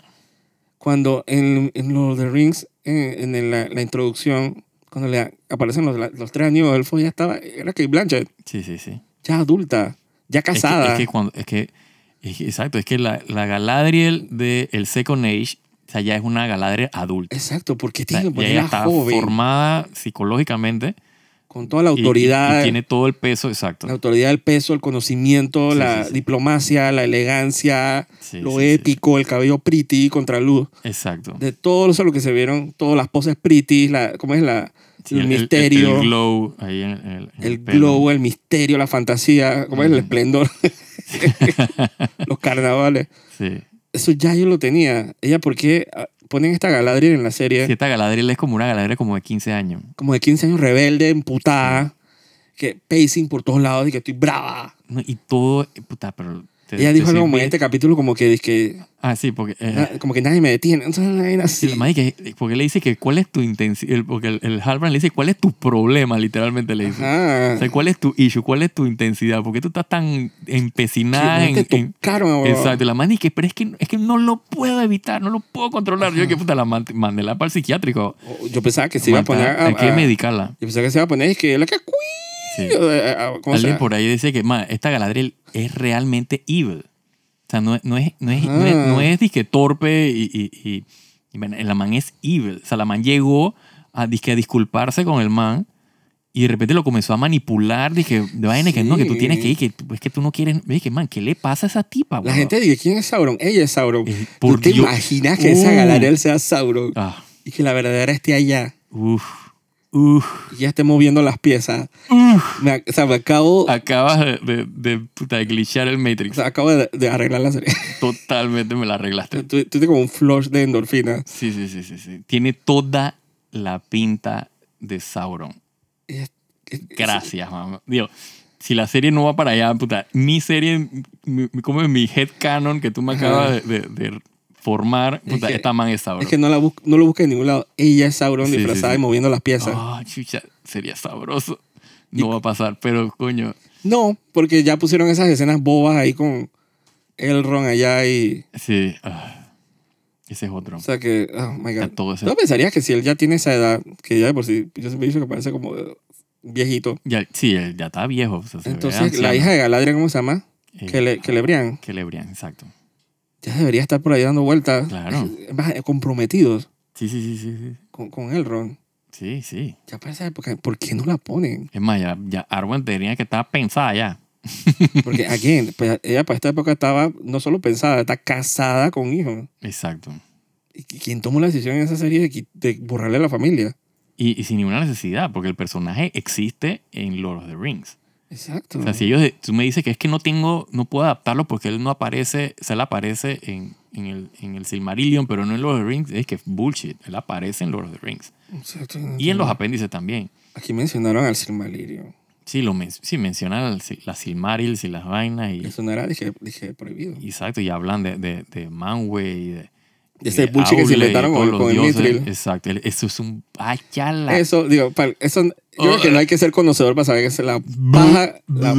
cuando en, en Lord of the Rings, eh, en, en la, la introducción, cuando le aparecen los, los tres anillos elfos, ya estaba, era Kate Blanchett, Sí, sí, sí. ya adulta, ya Es que- casada. Es que, cuando, es que, es que- exacto, es que la, la Galadriel del el Second Age, o sea, ya es una Galadriel adulta. Exacto, porque O sea, tiene que ya ella ponerla está joven, formada psicológicamente. con toda la y- y- Y, autoridad, tiene todo el peso, exacto. la autoridad del peso, el conocimiento, Sí, la sí, sí. diplomacia, la elegancia, Sí, lo sí, sí, épico, el cabello pretty, contraluz, sí. Exacto. de todo eso lo que se vieron, todas las poses pretty, la, ¿cómo es la, Sí, el, misterio? El, glow ahí en en el, en el pelo. globo, el misterio, la fantasía, como es el Ujú. esplendor, los carnavales. Sí. Eso ya yo lo tenía. Ella, ¿por qué ah, ponen esta Galadriel en la serie? Sí, esta Galadriel es como una Galadriel como de 15 años. Como de 15 años rebelde, emputada, que pacing por todos lados y que estoy brava. No, Y todo, puta, pero... te- ella te dijo soy algo como en bien- este capítulo como que, que Ah, sí, porque... eh, na- como que nadie me detiene. Entonces, una vaina Sí, así. la madre que- porque le dice que cuál es tu intensidad, porque el, el Halbrand le dice cuál es tu problema, literalmente le dice. Ajá. O sea, cuál es tu issue, cuál es tu intensidad, porque tú estás tan empecinada Que en... no te en- tocaron, abogado. Exacto, y la madre que, pero es que, es que no lo puedo evitar, no lo puedo controlar. Yo que puta, la man- mandela para el psiquiátrico. O- Oh, Yo pensaba que se iba a Manta, poner a, hay que a- medicarla. yo pensaba que se iba a poner es que la que Sí. cuido, a- a- ¿cómo se Alguien llama? por ahí dice que "Ma, esta Galadriel es realmente evil. O sea, no, es- no es, no es, no es, Ah. no es disque torpe y, y, y- y, bueno, la man es evil. O sea, la man llegó a, disque, a disculparse con el man y de repente lo comenzó a manipular. Dije, de vaina que no, que tú Sí. tienes que ir, que tú- es que tú no quieres. Yo Dije, man, ¿qué le pasa a esa tipa? La weón?" gente dice, ¿quién es Sauron? Ella es Sauron. Eh, ¿Tú por te Dios. imaginas que esa Uh. Galadriel sea Sauron? Ah, Y que la verdadera esté allá. uf, uf, Y ya esté moviendo las piezas. uf. Me ac- o sea, me acabo, Acabas de, de, de, puta, de glitchar el o Matrix. sea, acabo de, de arreglar la serie. Totalmente me la arreglaste. Tú tú tienes como un flush de endorfinas. Sí, sí, sí, sí, sí. Tiene toda la pinta de Sauron. Y es- es- es- Gracias, mamá. Digo, si la serie no va para allá, puta, mi serie, mi- mi- como mi headcanon que tú me Ajá. acabas de, de- de formar. puta, que- esta man es Sauron. Es que no, la bus- no lo busqué en ningún lado. Ella es Sauron Sí, sí, disfrazada sí. y moviendo las piezas. Ah, chucha, sería sabroso. No va a pasar, pero coño, No, porque ya pusieron esas escenas bobas ahí con Elrond allá y... sí. ah, ese es otro. O sea que... Oh, my God. Está todo ese- ¿No pensarías que si él ya tiene esa edad, que ya de por sí, yo siempre he dicho que parece como eh, viejito. Ya, sí, él ya está viejo. o sea, se ve Entonces, anciano. la hija de Galadriel, ¿cómo se llama? Eh, Que le, que Lebrián, Celebrian, exacto. Ya debería estar por ahí dando vueltas. Claro. Es más, eh, comprometidos Sí, sí, sí, sí, sí. con, con Elrond. Sí, sí. Ya parece, ¿por qué, por qué no la ponen? Es más, ya, ya Arwen tenía que estar pensada ya. Porque, again, pues, ella para esta época estaba no solo pensada, está casada con hijos. Exacto. ¿Y qui- quién tomó la decisión en esa serie de, qui- de borrarle a la familia? Y, y sin ninguna necesidad, porque el personaje existe en Lord of the Rings. Exacto. O sea, si ellos, de- tú me dices que es que no tengo, no puedo adaptarlo porque él no aparece, se él aparece en, en, el, en el Silmarillion, pero no en Lord of the Rings, es que es bullshit. Él aparece en Lord of the Rings. Exacto. Y en los apéndices también. Aquí mencionaron al Silmarillion. Sí, lo men- sí mencionan el Sil- las Silmarils y las vainas y, Eso no era, dije, dije prohibido. y exacto, y hablan de, de, de Manwë y de, De ese de bullshit que Aule se y inventaron todos con, los con el dioses. Mithril. Exacto, el- eso es un... ¡Ay, ya la- Oh, eh. Eso, digo, pal- eso, yo creo que no hay que ser conocedor para saber que es la paja, la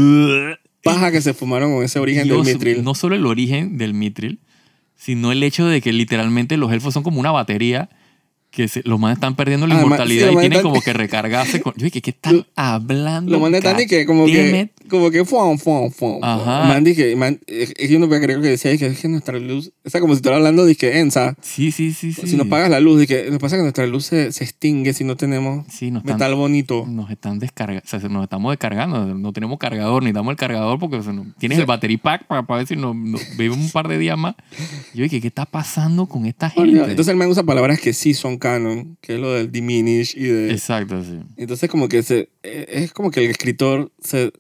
paja que se fumaron con ese origen Dios, del mitril. No solo el origen del mitril, sino el hecho de que literalmente los elfos son como una batería que se- los manes están perdiendo la Ah, ma- sí, inmortalidad los y manes tienen están- como que recargarse con... Yo dije, ¿qué están Lo- hablando? Lo mandé tan y que como Goddammit. que como que fuan fuan fuan. Ajá. Mandy que man, eh, eh, yo no me creo que decía es que, es que nuestra luz, o sea, como si estuviera hablando de que Ensa, Sí, sí, sí, sí. si no pagas la luz, de que lo que pasa es que nuestra luz se, se extingue si no tenemos Sí, nos están, metal bonito. nos están descargando, o sea, se- nos estamos descargando, no tenemos cargador, necesitamos el cargador porque o sea, no- tienes Sí. el battery pack para, para ver si nos, nos vivimos un par de días más. Yo dije, ¿qué está pasando con esta Por gente? Dios. Entonces el man usa palabras que sí son canon, que es lo del diminish y de Exacto, sí. Entonces como que se, eh, es como que el escritor se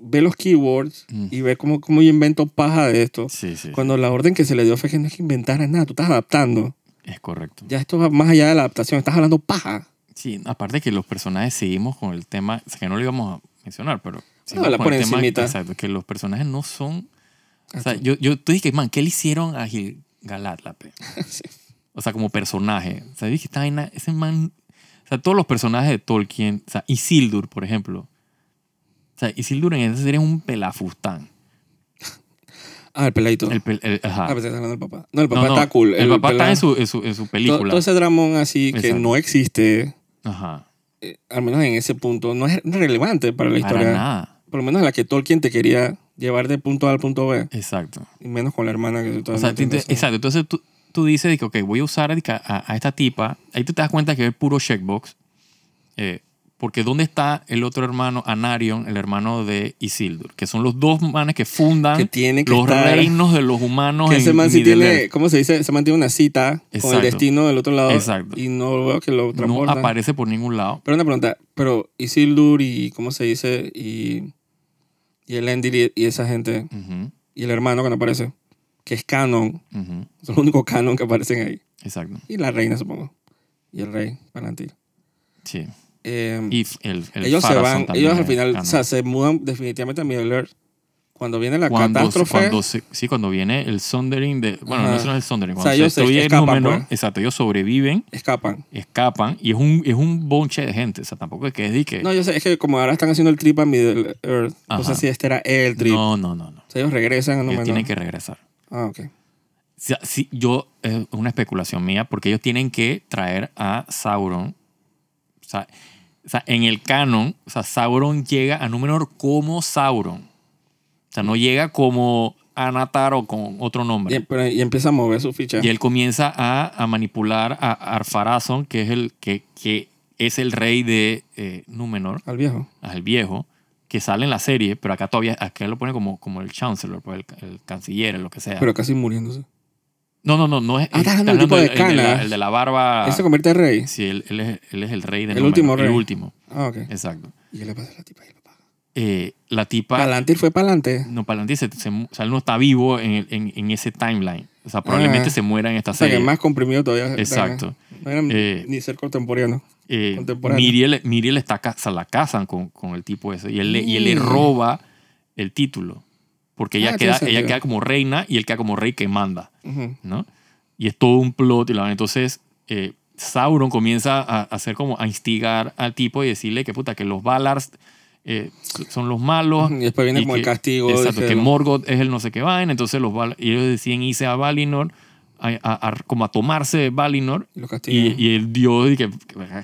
ve los keywords Mm. y ve cómo, cómo yo invento paja de esto. Sí, sí, Cuando la orden que se le dio fue que no es que inventara nada, tú estás adaptando. es correcto. Ya esto va más allá de la adaptación, estás hablando paja. Sí, aparte que los personajes seguimos con el tema, o sea, que no lo íbamos a mencionar, pero seguimos la con el ponen tema encimita. exacto, que los personajes no son, o Ah, sea, yo, yo tú dije, man, ¿qué le hicieron a Gilgalad, la pe? Sí. O sea, como personaje, o sea, dije, esta vaina, ese man, o sea, todos los personajes de Tolkien, o sea, Isildur, por ejemplo, o sea, Isildur en esa serie es un pelafustán. Ah, el peladito. El, pel- el- ajá. Ah, pensé que estaba hablando del papá. No, el No, papá no, está cool. El, papá está pelado- en su, en su, en su película. Todo, todo ese dramón así que Exacto. no existe, ajá. eh, al menos en ese punto, no es relevante para la Para historia. nada. Por lo menos la que Tolkien te quería llevar de punto A al punto B. Exacto. Y menos con la hermana que tú O todavía sea, no tú- tú- entiendes. exacto. Entonces tú, tú dices, de que, ok, voy a usar de que a, a esta tipa. Ahí tú te das cuenta que es puro checkbox. Eh, porque ¿dónde está el otro hermano, Anarion, el hermano de Isildur? Que son los dos manes que fundan Que tiene que los estar- reinos de los humanos Que en ese man sí Middle tiene, Earth. ¿cómo se dice? Ese man tiene una cita con Exacto. el destino del otro lado. Exacto. Y no veo que lo No transportan. aparece por ningún lado. pero una pregunta, pero Isildur y, ¿cómo se dice? Y, y el Endir y, y esa gente, Ujú, y el hermano que no aparece, que es canon, ujú. son los únicos canon que aparecen ahí. Exacto. Y la reina, supongo. Y el rey, Palantir. Sí. Eh, Y f- el, el ellos se Farazón van, también ellos al es final, canon. o sea, se mudan definitivamente a Middle Earth. Cuando viene la cuando, catástrofe, cuando se- sí, cuando viene el Sondering de. Bueno, Ajá. no, eso no es el Sondering. O sea, Cuando ellos se se destruye el escapan, número, pues. exacto, ellos sobreviven escapan. escapan y es un, es un bonche de gente. O sea, tampoco es que es de que. No, yo sé, es que como ahora están haciendo el trip a Middle Earth, no Ajá. sé si este era el trip. no, no, no. no. O sea, ellos regresan a Ellos Númenor. tienen que regresar. Ah, ok. O sea, sí, yo, es una especulación mía, porque ellos tienen que traer a Sauron. O sea, o sea, en el canon, o sea, Sauron llega a Númenor como Sauron. O sea, no llega como Anatar o con otro nombre. Y, pero- y empieza a mover su ficha. Y él comienza a, a manipular a Arfarazon, que es el que, que es el rey de eh, Númenor. Al viejo. al viejo, que sale en la serie, pero acá todavía, acá lo pone como, como el chancellor, pues, el, ca- el canciller, lo que sea. Pero casi muriéndose. no, no, no, no es. Ah, estás está hablando del tipo de el, la, canas. el de la barba. Él se convierte en rey. Sí, él, él es, él es el rey de El Númenor, último El rey. último, Ah, ok. exacto. ¿Y qué le pasa a la tipa y el papá? Eh, la tipa. Palantir fue para adelante. No, Palantir se, se- o sea, él no está vivo en, el- en, en ese timeline. O sea, probablemente Ah. se muera en esta O sea, que serie. más comprimido todavía. Exacto. No eran Eh, ni ser contemporáneo. Eh, Contemporáneo. Miriel, Miriel está, ca- o sea, la casan con, con el tipo ese y él, le, y él le Mm. roba el título porque ella, Ah, tiene queda, ella sentido. queda como reina y él queda como rey que manda, Ujú. ¿no? Y es todo un plot. Y la, entonces, eh, Sauron comienza a hacer como a instigar al tipo y decirle que puta, que los Valars eh, son los malos. Y después viene Oh, y como que- el castigo. Exacto, dijeron. que Morgoth es el no sé qué vaina. Entonces, los Val- y ellos deciden irse a Valinor, a, a- a- como a tomarse Valinor. Y los Y, castigos. y el dios y que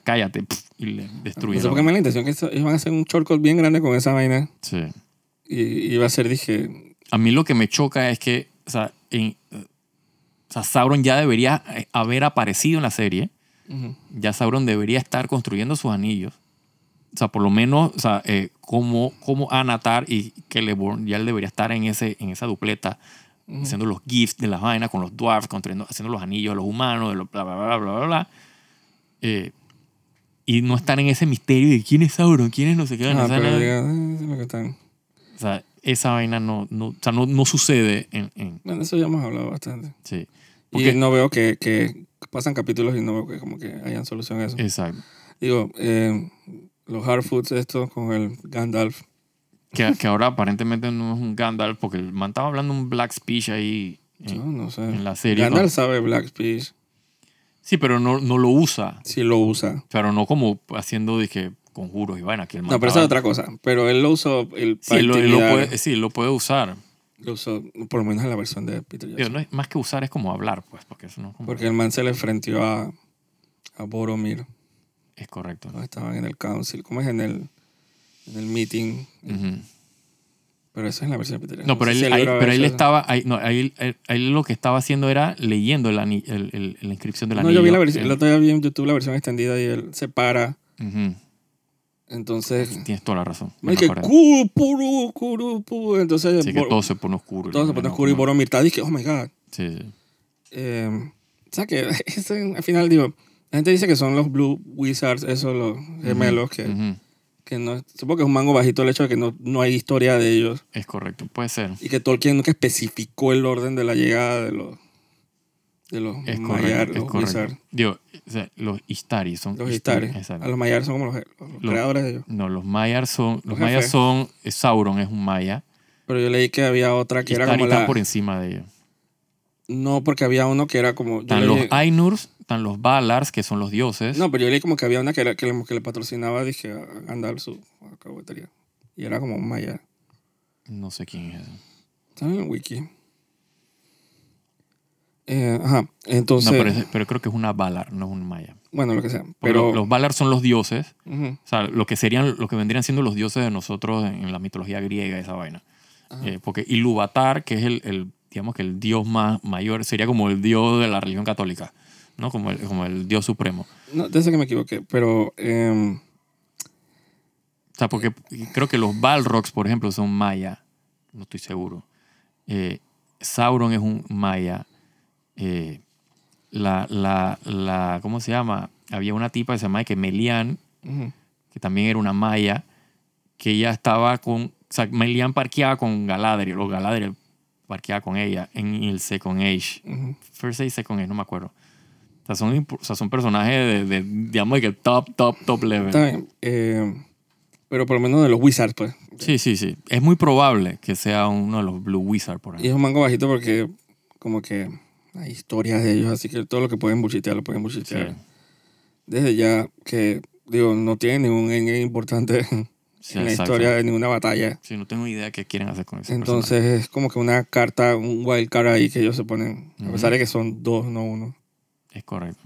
cállate pf, y le destruye. No sé la por qué me da la intención que eso- ellos van a hacer un shortcut bien grande con esa vaina. Sí. Y, y va a ser, dije, A mí lo que me choca es que, o sea, en- o sea, Sauron ya debería eh, haber aparecido en la serie. ujú, Ya Sauron debería estar construyendo sus anillos. O sea, por lo menos, o sea, eh, como, como Anatar y Celeborn, ya él debería estar en, ese, en esa dupleta, Ujú. haciendo los gifts de las vainas con los dwarfs, construyendo- haciendo los anillos de los humanos, de los bla, bla, bla, bla, bla, bla. Eh, y no estar en ese misterio de quién es Sauron, quién es no sé qué. no ah, sé pero nada. diga, "Ah, eso es lo que están. O sea, esa vaina no, no, o sea, no, no sucede en, en- Bueno, eso ya hemos hablado bastante. Y sí. Porque- no veo que, que pasan capítulos y no veo que como que hayan solución a eso. Exacto. Digo, eh, los hard foods estos con el Gandalf. Que, que ahora aparentemente no es un Gandalf, porque el man estaba hablando un black speech ahí Yo en, no sé. en la serie. ¿no? Ah, Gandalf sabe Black Speech Sí, pero no, no lo usa. si lo usa. Pero no como haciendo, dije, conjuros y vaina. Que el man No, pero esa estaba- es otra cosa. Pero él lo usó. Él, Sí, él lo, él lo intimidar. puede, sí, él lo puede usar. Lo usó, por lo menos en la versión de Peter Pero Jackson. no es- más que usar es como hablar, pues, porque eso no es, como- Porque el man se le enfrentó a, a Boromir. es correcto. ¿no? Estaban en el council. ¿Cómo es? En el, en el meeting. Ujú. Pero esa es la versión de Peter Jackson. No, pero sé si él, ahí- habrá pero él hecho eso. estaba, ahí, no, ahí- él- él lo que estaba haciendo era leyendo el ani- el- el- la inscripción del No, anillo. yo vi la versión. El El- otro día vi en YouTube la versión extendida y él se para. Ujú. Entonces. Tienes toda la razón. Me Me que acuerdo. "Kuru, puru, kuru, pu". Entonces. Sí, que Bor- todo se pone oscuro. todo se pone oscuro y por Boromir está. Dije, oh my god. Sí, sí. Eh, o sea que eso, al final digo, la gente dice que son los Blue Wizards, esos los gemelos, que, Ujú. que no, supongo que es un mango bajito el hecho de que no, no hay historia de ellos Es correcto, puede ser. y que Tolkien nunca especificó el orden de la llegada de los, de los Es Maiar, correcto, es los correcto. Wizards, Digo, o sea, los Istari son... los Istari, Istari. exacto. A los Maiar son como los, los Los- creadores de ellos. No, los Mayar son... Los, Los Mayar jefes. son... eh, Sauron es un Maya. Pero yo leí que había otra que era Istari como está la... por encima de ellos. No, porque había uno que era como... Yo Están los leí- Ainurs, están los Valars, que son los dioses. no, pero yo leí como que había una que, era, que, le, que le patrocinaba, dije, a Gandalf su a cabotería. Y era como un Maiar. No sé quién es. ese. Está en el wiki. Eh, ajá, entonces, no, pero, es- pero creo que es una Valar, no es un Maya. bueno, lo que sea. Porque Pero, lo- los Valar son los dioses. Ujú, O sea, lo que serían, lo que vendrían siendo los dioses de nosotros en, en la mitología griega, esa vaina. Ajá. Eh, porque Ilúvatar, que es el, el, digamos que el dios más mayor, sería como el dios de la religión católica, ¿no? Como el, como el dios supremo. no, ya sé que me equivoqué, pero em, O sea, porque creo que los Balrogs, por ejemplo, son maya, no estoy seguro. Eh, Sauron es un maya. Eh, la, la, la, ¿cómo se llama? Había una tipa que se llama que Melian, ujú, que también era una maya, que ella estaba con. O sea, Melian parqueaba con Galadriel, o Galadriel parqueaba con ella en el Second Age. ujú. First Age, Second Age, no me acuerdo. O sea, son, impo- o sea, son personajes de, de, digamos, de que top, top, top está level. bien. em, pero por lo menos de los Wizards, pues. Sí, sí, sí. Es muy probable que sea uno de los Blue Wizard, Y por ejemplo. es un mango bajito porque como que hay historias de ellos, así que todo lo que pueden buchitear, lo pueden Sí. buchitear. Desde ya que, digo, no tiene ningún endgame importante Sí, en la exacto. historia de ninguna batalla. Sí, no tengo idea qué quieren hacer con ese personaje. Entonces es como que una carta, un wild card ahí que ellos se ponen, a Ujú. pesar de que son dos, no uno. Es correcto.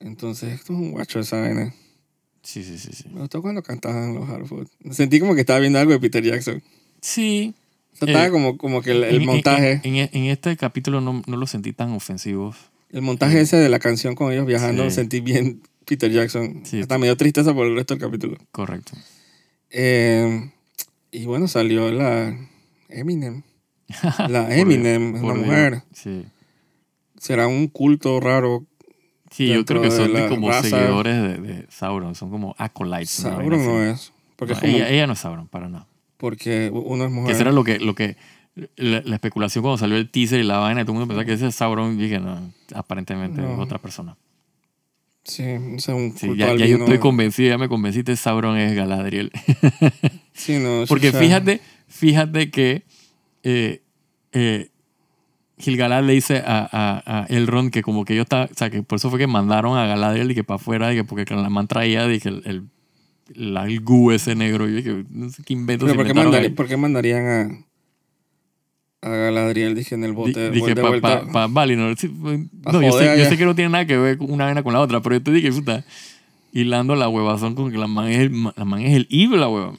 Entonces esto es un guacho esa vaina. Sí, sí, sí, sí. Me gustó cuando cantaban los Harfoot. Sentí como que estaba viendo algo de Peter Jackson. Sí. O sea, Eh, estaba como, como que el, el en- en- montaje, En, en este capítulo no, no lo sentí tan ofensivo. el montaje ese de la canción con ellos viajando, eh. Sí. lo sentí bien Peter Jackson. Sí. Hasta me dio tristeza por el resto del capítulo. Correcto. Eh, y bueno, salió la Eminem. La Por Eminem, Dios, una por mujer. Dios. Sí. Será un culto raro. Sí, yo Dentro creo que de son de la como raza. seguidores de, de Sauron, son como acolytes. una vaina Sauron no así. es. Porque es No, como- ella, ella no es Sauron, para nada. Porque uno es Que mujer. esa era lo que, lo que la, la especulación cuando salió el teaser y la vaina, todo el mundo pensaba que ese es Sauron, y dije, no, aparentemente No. es otra persona. Sí, o sea, un Sí, culto ya, ya yo albino. estoy convencido, ya me convenciste, Sauron es Galadriel. Sí, no, Porque o sea, fíjate, fíjate que eh, eh, Gil Galad le dice a, a, a Elrond que como que ellos está, o sea, que por eso fue que mandaron a Galadriel y que para afuera, y que porque la man traía de que el, el, la- el goo ese negro, y yo que no sé qué invento Pero se ¿por qué, inventaron mandari- ahí. por qué mandarían a, a Galadriel, dije, en el Di- bote? Dije, de para vuelta? pa, pa Valinor. Sí, Pa no, yo joder sé, yo allá. sé que no tiene nada que ver con una vena con la otra, pero yo te dije, puta, hilando la huevazón con que la man es el, la man es el evil, la hueva.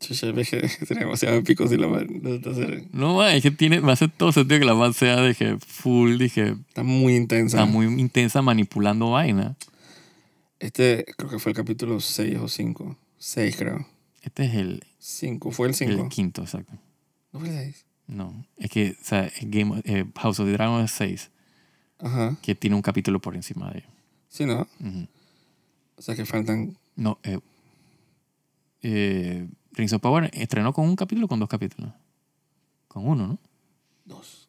Chucha, dije, tenía demasiados picos y la madre. Entonces, No, man, es que tiene, me hace todo sentido que la man sea, dije, full, dije, Está muy intensa. está muy intensa manipulando vaina. Este creo que fue el capítulo 6 o 5. 6 creo. Este es el, 5, fue el 5. el quinto, exacto. ¿No fue el 6? No, es que, o sea, Game of- eh, House of the Dragon es 6, Ajá. que tiene un capítulo por encima de ello. Sí, ¿no? Ujú. O sea que faltan... No, eh, eh, Rings of Power estrenó con un capítulo o con dos capítulos. Con uno, ¿no? Dos.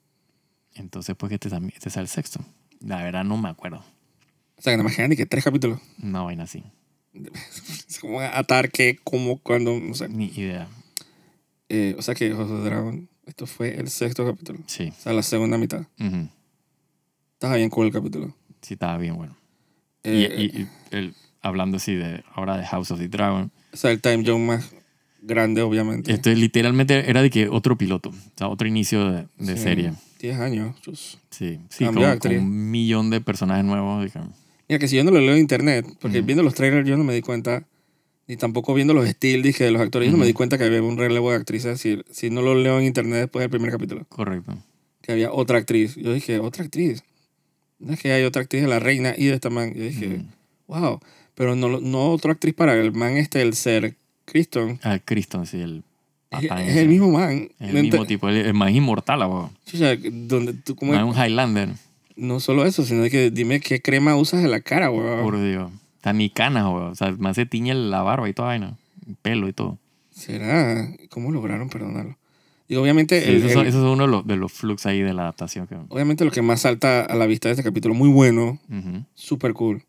Entonces, pues este, también- este es el sexto. La verdad, no me acuerdo. O sea que nada más quedan ni que 3 capítulos. Una vaina así. Es como atar que, como, cuando... O sea, Ni idea. eh, o sea que House of the Dragon, esto fue el sexto capítulo. Sí. O sea, la segunda mitad. Ujú. Estaba bien cool el capítulo. Sí, estaba bien bueno. Y, Eh, y- y el- hablando así de ahora de House of the Dragon, O sea, el time jump más grande, obviamente. esto es literalmente era de que otro piloto, o sea, otro inicio de, de Sí, serie. 10 años. pues. chus. Sí, sí, Cambió con, de con actriz. un millón de personajes nuevos. digamos. Mira, que si yo no lo leo en internet, porque Ujú. viendo los trailers yo no me di cuenta, ni tampoco viendo los estilos dije, de los actores, yo no me di Ujú. cuenta que había un relevo de actrices. Si, si no lo leo en internet después del primer capítulo, Correcto. que había otra actriz. Yo dije, ¿otra actriz? No es que hay otra actriz de la reina y de esta man. Yo dije, Ujú. wow. Pero no, lo- no otra actriz para el man este, el ser Criston. Ah, Criston, sí, el Es, papá. es ese. el mismo man. El No ente- mismo tipo, el, el más inmortal, abogado. O sea, donde tú como... No es un Highlander, No solo eso, sino que dime qué crema usas en la cara, weón. por Dios. O sea, ni canas, abogado. O sea, más se tiñe la barba y toda vaina. El pelo y todo. ¿Será? ¿Cómo lograron perdonarlo? Y obviamente, Sí, el- eso, el- son- eso es uno de los, de los flux ahí de la adaptación. Que, obviamente lo que más salta a la vista de este capítulo, muy bueno, Ujú, súper cool.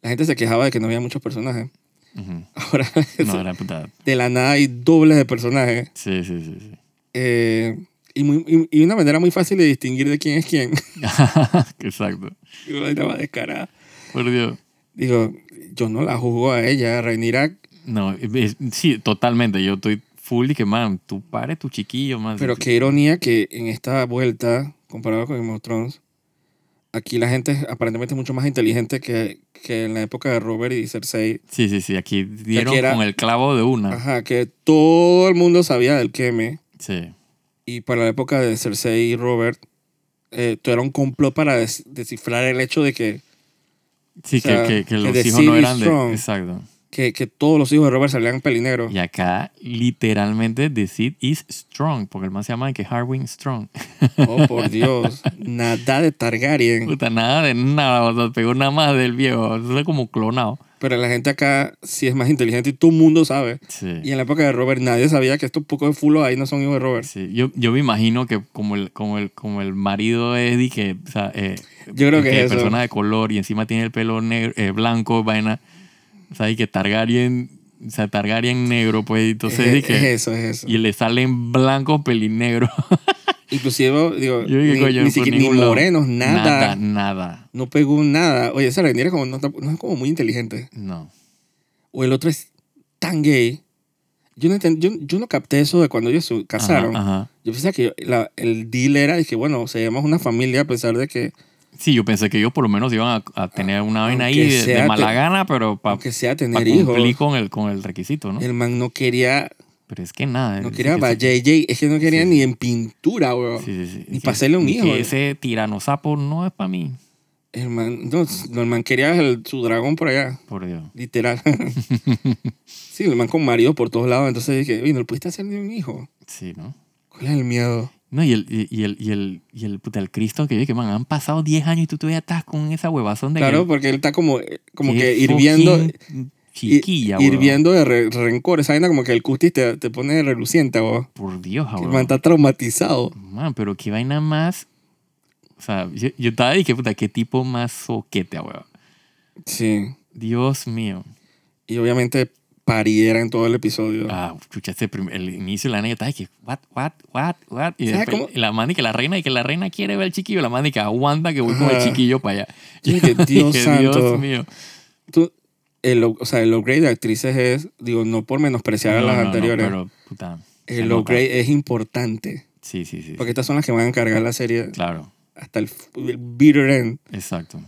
La gente se quejaba de que no había muchos personajes. ujú. Ahora, No, era puta. de la nada hay dobles de personajes. Sí, sí, sí. sí. eh, y, muy- y- y una manera muy fácil de distinguir de quién es quién. Exacto. Y una vaina más descarada. Por Dios. Digo, yo no la juzgo a ella, a Rhaenyra, No, es- sí, totalmente. Yo estoy full y que, man, tú pares tu chiquillo, man. Pero qué ironía que en esta vuelta, comparado con Game of Thrones, aquí la gente es aparentemente mucho más inteligente que, que en la época de Robert y Cersei. Sí, sí, sí. Aquí dieron era- con el clavo de una. Ajá, que todo el mundo sabía del queme. Sí. Y para la época de Cersei y Robert, eh, todo era un complot para des- descifrar el hecho de que, Sí, O sea, que, que- que que los the hijos seed no is eran de... strong. Exacto. que, que todos los hijos de Robert salían pelinegros. Y acá, literalmente, The Seed is Strong, porque el man se llama que Harwin Strong. Oh, por Dios. Nada de Targaryen. Puta, nada de nada, o sea, pegó nada más del viejo, eso es como clonado. Pero la gente acá sí es más inteligente y todo el mundo sabe. Sí. Y en la época de Robert nadie sabía que estos pocos de fulos ahí no son hijos de Robert. Sí, Yo, yo me imagino que como el, como el, como el marido es y que, o sea, eh, Yo creo que es eso. persona de color y encima tiene el pelo negro, eh, blanco, vaina, o sea, y que Targaryen, o sea, Targaryen negro, pues, entonces, y es, que- es eso, es eso. y le salen blancos pelinegros. Inclusive, digo, Yo dije, ni, coño, ni por siquiera- ni ningún lado. morenos, nada. Nada, nada. No pegó nada. Oye, esa Rhaenyra como no, tamp- no es como muy inteligente. No. O el otro es tan gay. Yo no, enten- yo, yo no capté eso de cuando ellos se Ajá, casaron. ajá. Yo pensaba que la- el deal era de que, bueno, seríamos una familia a pesar de que, Sí, yo pensé que ellos por lo menos iban a, a tener una vaina ahí aunque de, de sea mala te- gana, pero para aunque sea tener hijos. cumplir con el, con el requisito, ¿no? El man no quería, Pero es que nada. no es quería que para ese- JJ. Es que no quería Sí, ni sí. en pintura, weón. Sí, sí, sí. ni Y pa' que- hacerle un y hijo. Que ese tiranosapo no es para mí, El man, no, no, el man quería el- su dragón por allá. por Dios. Literal. sí, el man con marido por todos lados. Entonces dije, oye, no le pudiste hacer ni un hijo. Sí, ¿no? ¿Cuál es el miedo? No, y el, y, y el, y el, y el, puta, el Cristo que yo dije, man, han pasado 10 años y tú todavía estás con esa huevazón de Claro, que... porque él está como, eh, como qué que hirviendo. hi- fucking Chiquilla, huevón. hirviendo de re- rencor. Esa vaina como que el cutis te, te pone reluciente, weón. Por Dios, El huevón. man está traumatizado. Man, pero qué vaina más... O sea, yo, yo estaba y dije, puta, qué tipo más soquete, huevón. Sí. Dios mío. Y obviamente pariera en todo el episodio. Ah, chucha, este prim- el inicio de la neta, ay, que, what, what, what, what. Y ¿Sabes después, cómo? y la manda y que la reina, y que la reina quiere ver al chiquillo, la manda y que aguanta que voy con el Ajá. chiquillo para allá. Yo dije, Y Dios que, santo. mío. Tú- el, up- o sea, el upgrade de actrices es, digo, no por menospreciar a No, las no, no, anteriores. pero, puta, se el nota. upgrade es importante. Sí, sí, sí. Porque estas son las que van a encargar la serie Claro, hasta el, f- el bitter end. exacto.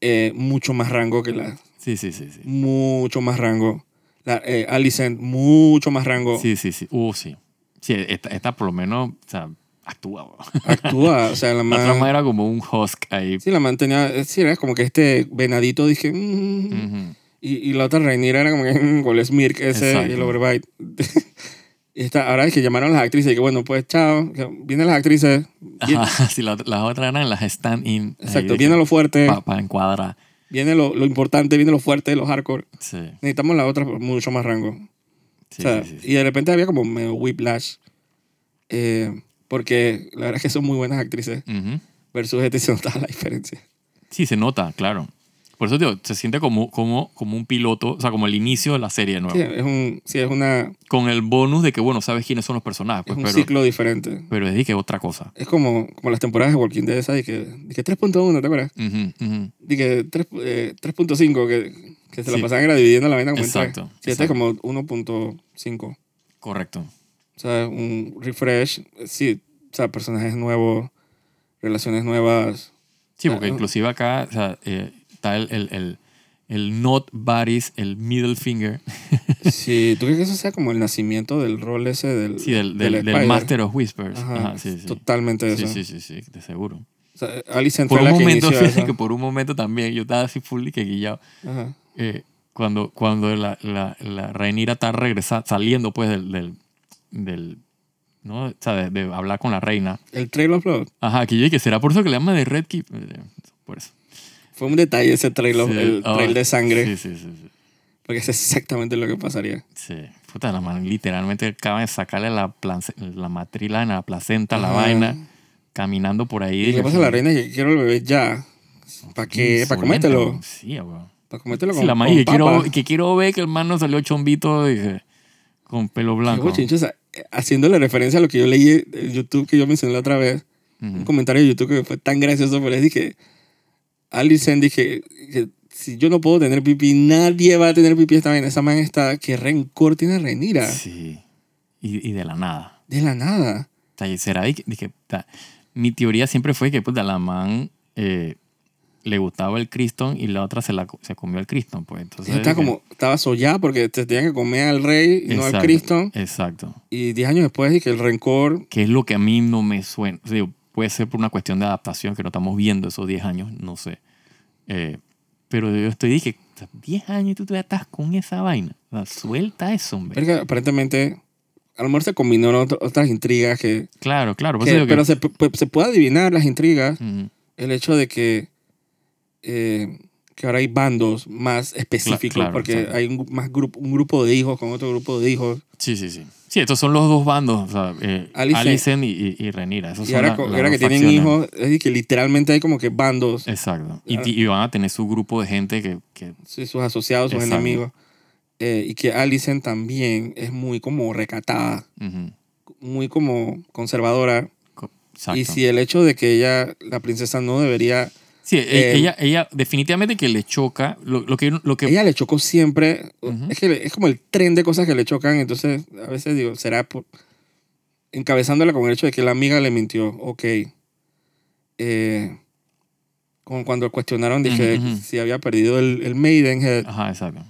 eh, mucho más rango que las. Sí, sí, sí, sí. Mucho más rango. La, eh, Alicent, mucho más rango. Sí, sí, sí. Uh, sí. Sí, esta, esta por lo menos, o sea, actúa. bro. Actúa. o sea, la La trama man. era como un husk ahí. Sí, la man tenía. eh, Sí, era como que este venadito dije. mm, Ujú. Y, y la otra reinira era como que mm, ¿cuál es Mirk ese Exacto. y el Overbite. y esta, ahora es que llamaron a las actrices y que bueno, pues chao, que vienen las actrices. vi- Ajá, sí, la- las otras eran las stand-in. ahí exacto, de viene que- lo fuerte, pa- pa encuadrar. viene lo, lo importante, viene lo fuerte, los hardcore. Sí, Necesitamos la otra por mucho más rango. sí, O sea, sí, sí, sí. Y de repente había como medio whiplash. eh, porque la verdad es que son muy buenas actrices. Ujú. Versus este se notaba la diferencia. Sí, se nota, claro. Por eso, tío, se siente como, como, como un piloto, o sea, como el inicio de la serie nueva. Sí, es un, sí, es una, Con el bonus de que, bueno, sabes quiénes son los personajes, es pues, un pero, ciclo diferente. pero es de que otra cosa. Es como, como las temporadas de Walking Dead esas de que, de que 3.1, ¿te acuerdas? Ujú, ujú. De que tres- eh, 3.5, que, que se la Sí. pasaban era dividiendo la vaina como en tres. Exacto, Sí, este es como 1.5. O Correcto. sea, un refresh. Sí, o sea, personajes nuevos, relaciones nuevas. Sí, porque Ah, ah. inclusive acá o sea, eh, está el, el, el, el not buddies, el middle finger, Sí, ¿tú crees que eso sea como el nacimiento del rol ese del, sí, del, del, del Spider? Master of Whispers. Ajá, Ajá, sí, sí. Totalmente Sí, eso. sí, sí, sí, de seguro. O sea, Alicent Por fue un la momento, que inició fíjate que eso. por un momento también yo estaba así full y que guillado. Ajá. eh, cuando, cuando la, la, la Rhaenyra está regresa- saliendo pues del, del, del- ¿no? O sea, de, de hablar con la reina. El Trail of Blood. Ajá, que yo que será por eso que le llaman de Red Keep. Eh, Por eso. Fue un detalle ese trail, of- Sí, el ah, trail de sangre, Sí, sí, sí. sí. porque es exactamente lo que pasaría. Sí. Puta, la man literalmente acaban de sacarle la, place- la matrilana, la placenta, la Ajá. vaina, caminando por ahí. Y le pasa a la reina que quiero el bebé ya. ¿Para qué? ¿Para Insolente, comértelo? weón. Sí, weón. ¿Para comértelo Sí, con, la man, con y que quiero, papa? que quiero ver que el man no salió chombito y que- con pelo Y blanco. bueno, chincho, o sea, eh, haciéndole referencia a lo que yo leí en YouTube que yo mencioné la otra vez, Ujú. un comentario de YouTube que fue tan gracioso, pero les dije, Alison dije, que si yo no puedo tener pipí, nadie va a tener pipí esta vaina. Esa man está, que rencor tiene Renira, Sí. Y, y de la nada. de la nada. O sea, y será de que, de que, ta- mi teoría siempre fue que pues, a la man eh, le gustaba el Criston y la otra se, la, co- se comió el Criston. Pues. Entonces, Ella estaba de que- como, estaba sollada porque te tenían que comer al rey y no al Exacto, Cristo. Exacto. Y 10 años después dije, el rencor, Que es lo que a mí no me suena. O sea, digo, puede ser por una cuestión de adaptación que no estamos viendo esos 10 años, no sé. Eh, pero yo estoy dije, o sea, 10 años y tú todavía estás con esa vaina. O sea, suelta eso, hombre. pero que aparentemente, a lo mejor se combinaron otro- otras intrigas que... claro, claro. por que- eso digo que- pero se, pu- se puede adivinar las intrigas. Ujú. el hecho de que, eh, que ahora hay bandos más específicos, claro, porque exacto. hay un, gru- más grupo, un grupo de hijos con otro grupo de hijos. Sí, sí, sí. Sí, estos son los dos bandos, o sea, eh, Alicent. Alicent y, y, y Renira. Esos Y son ahora, la- co- las ahora que dos tienen facciones. Eh, hijos, es decir, que literalmente hay como que bandos, Exacto. Y, Ah. ti- y van a tener su grupo de gente que... que sí, sus asociados, sus Exacto. enemigos. Eh, y que Alicent también es muy como recatada, ujú, muy como conservadora. co- exacto. Y si el hecho de que ella, la princesa, no debería... sí, e- eh, ella, ella definitivamente que le choca lo, lo que... Lo que Ella le chocó siempre. Ujú. Es que le- es como el tren de cosas que le chocan. Entonces, a veces digo, será por. Encabezándola con el hecho de que la amiga le mintió. Ok. Eh, como cuando cuestionaron, dije Ujú, Ah. ujú. si había perdido el, el Maidenhead. Ajá, exacto.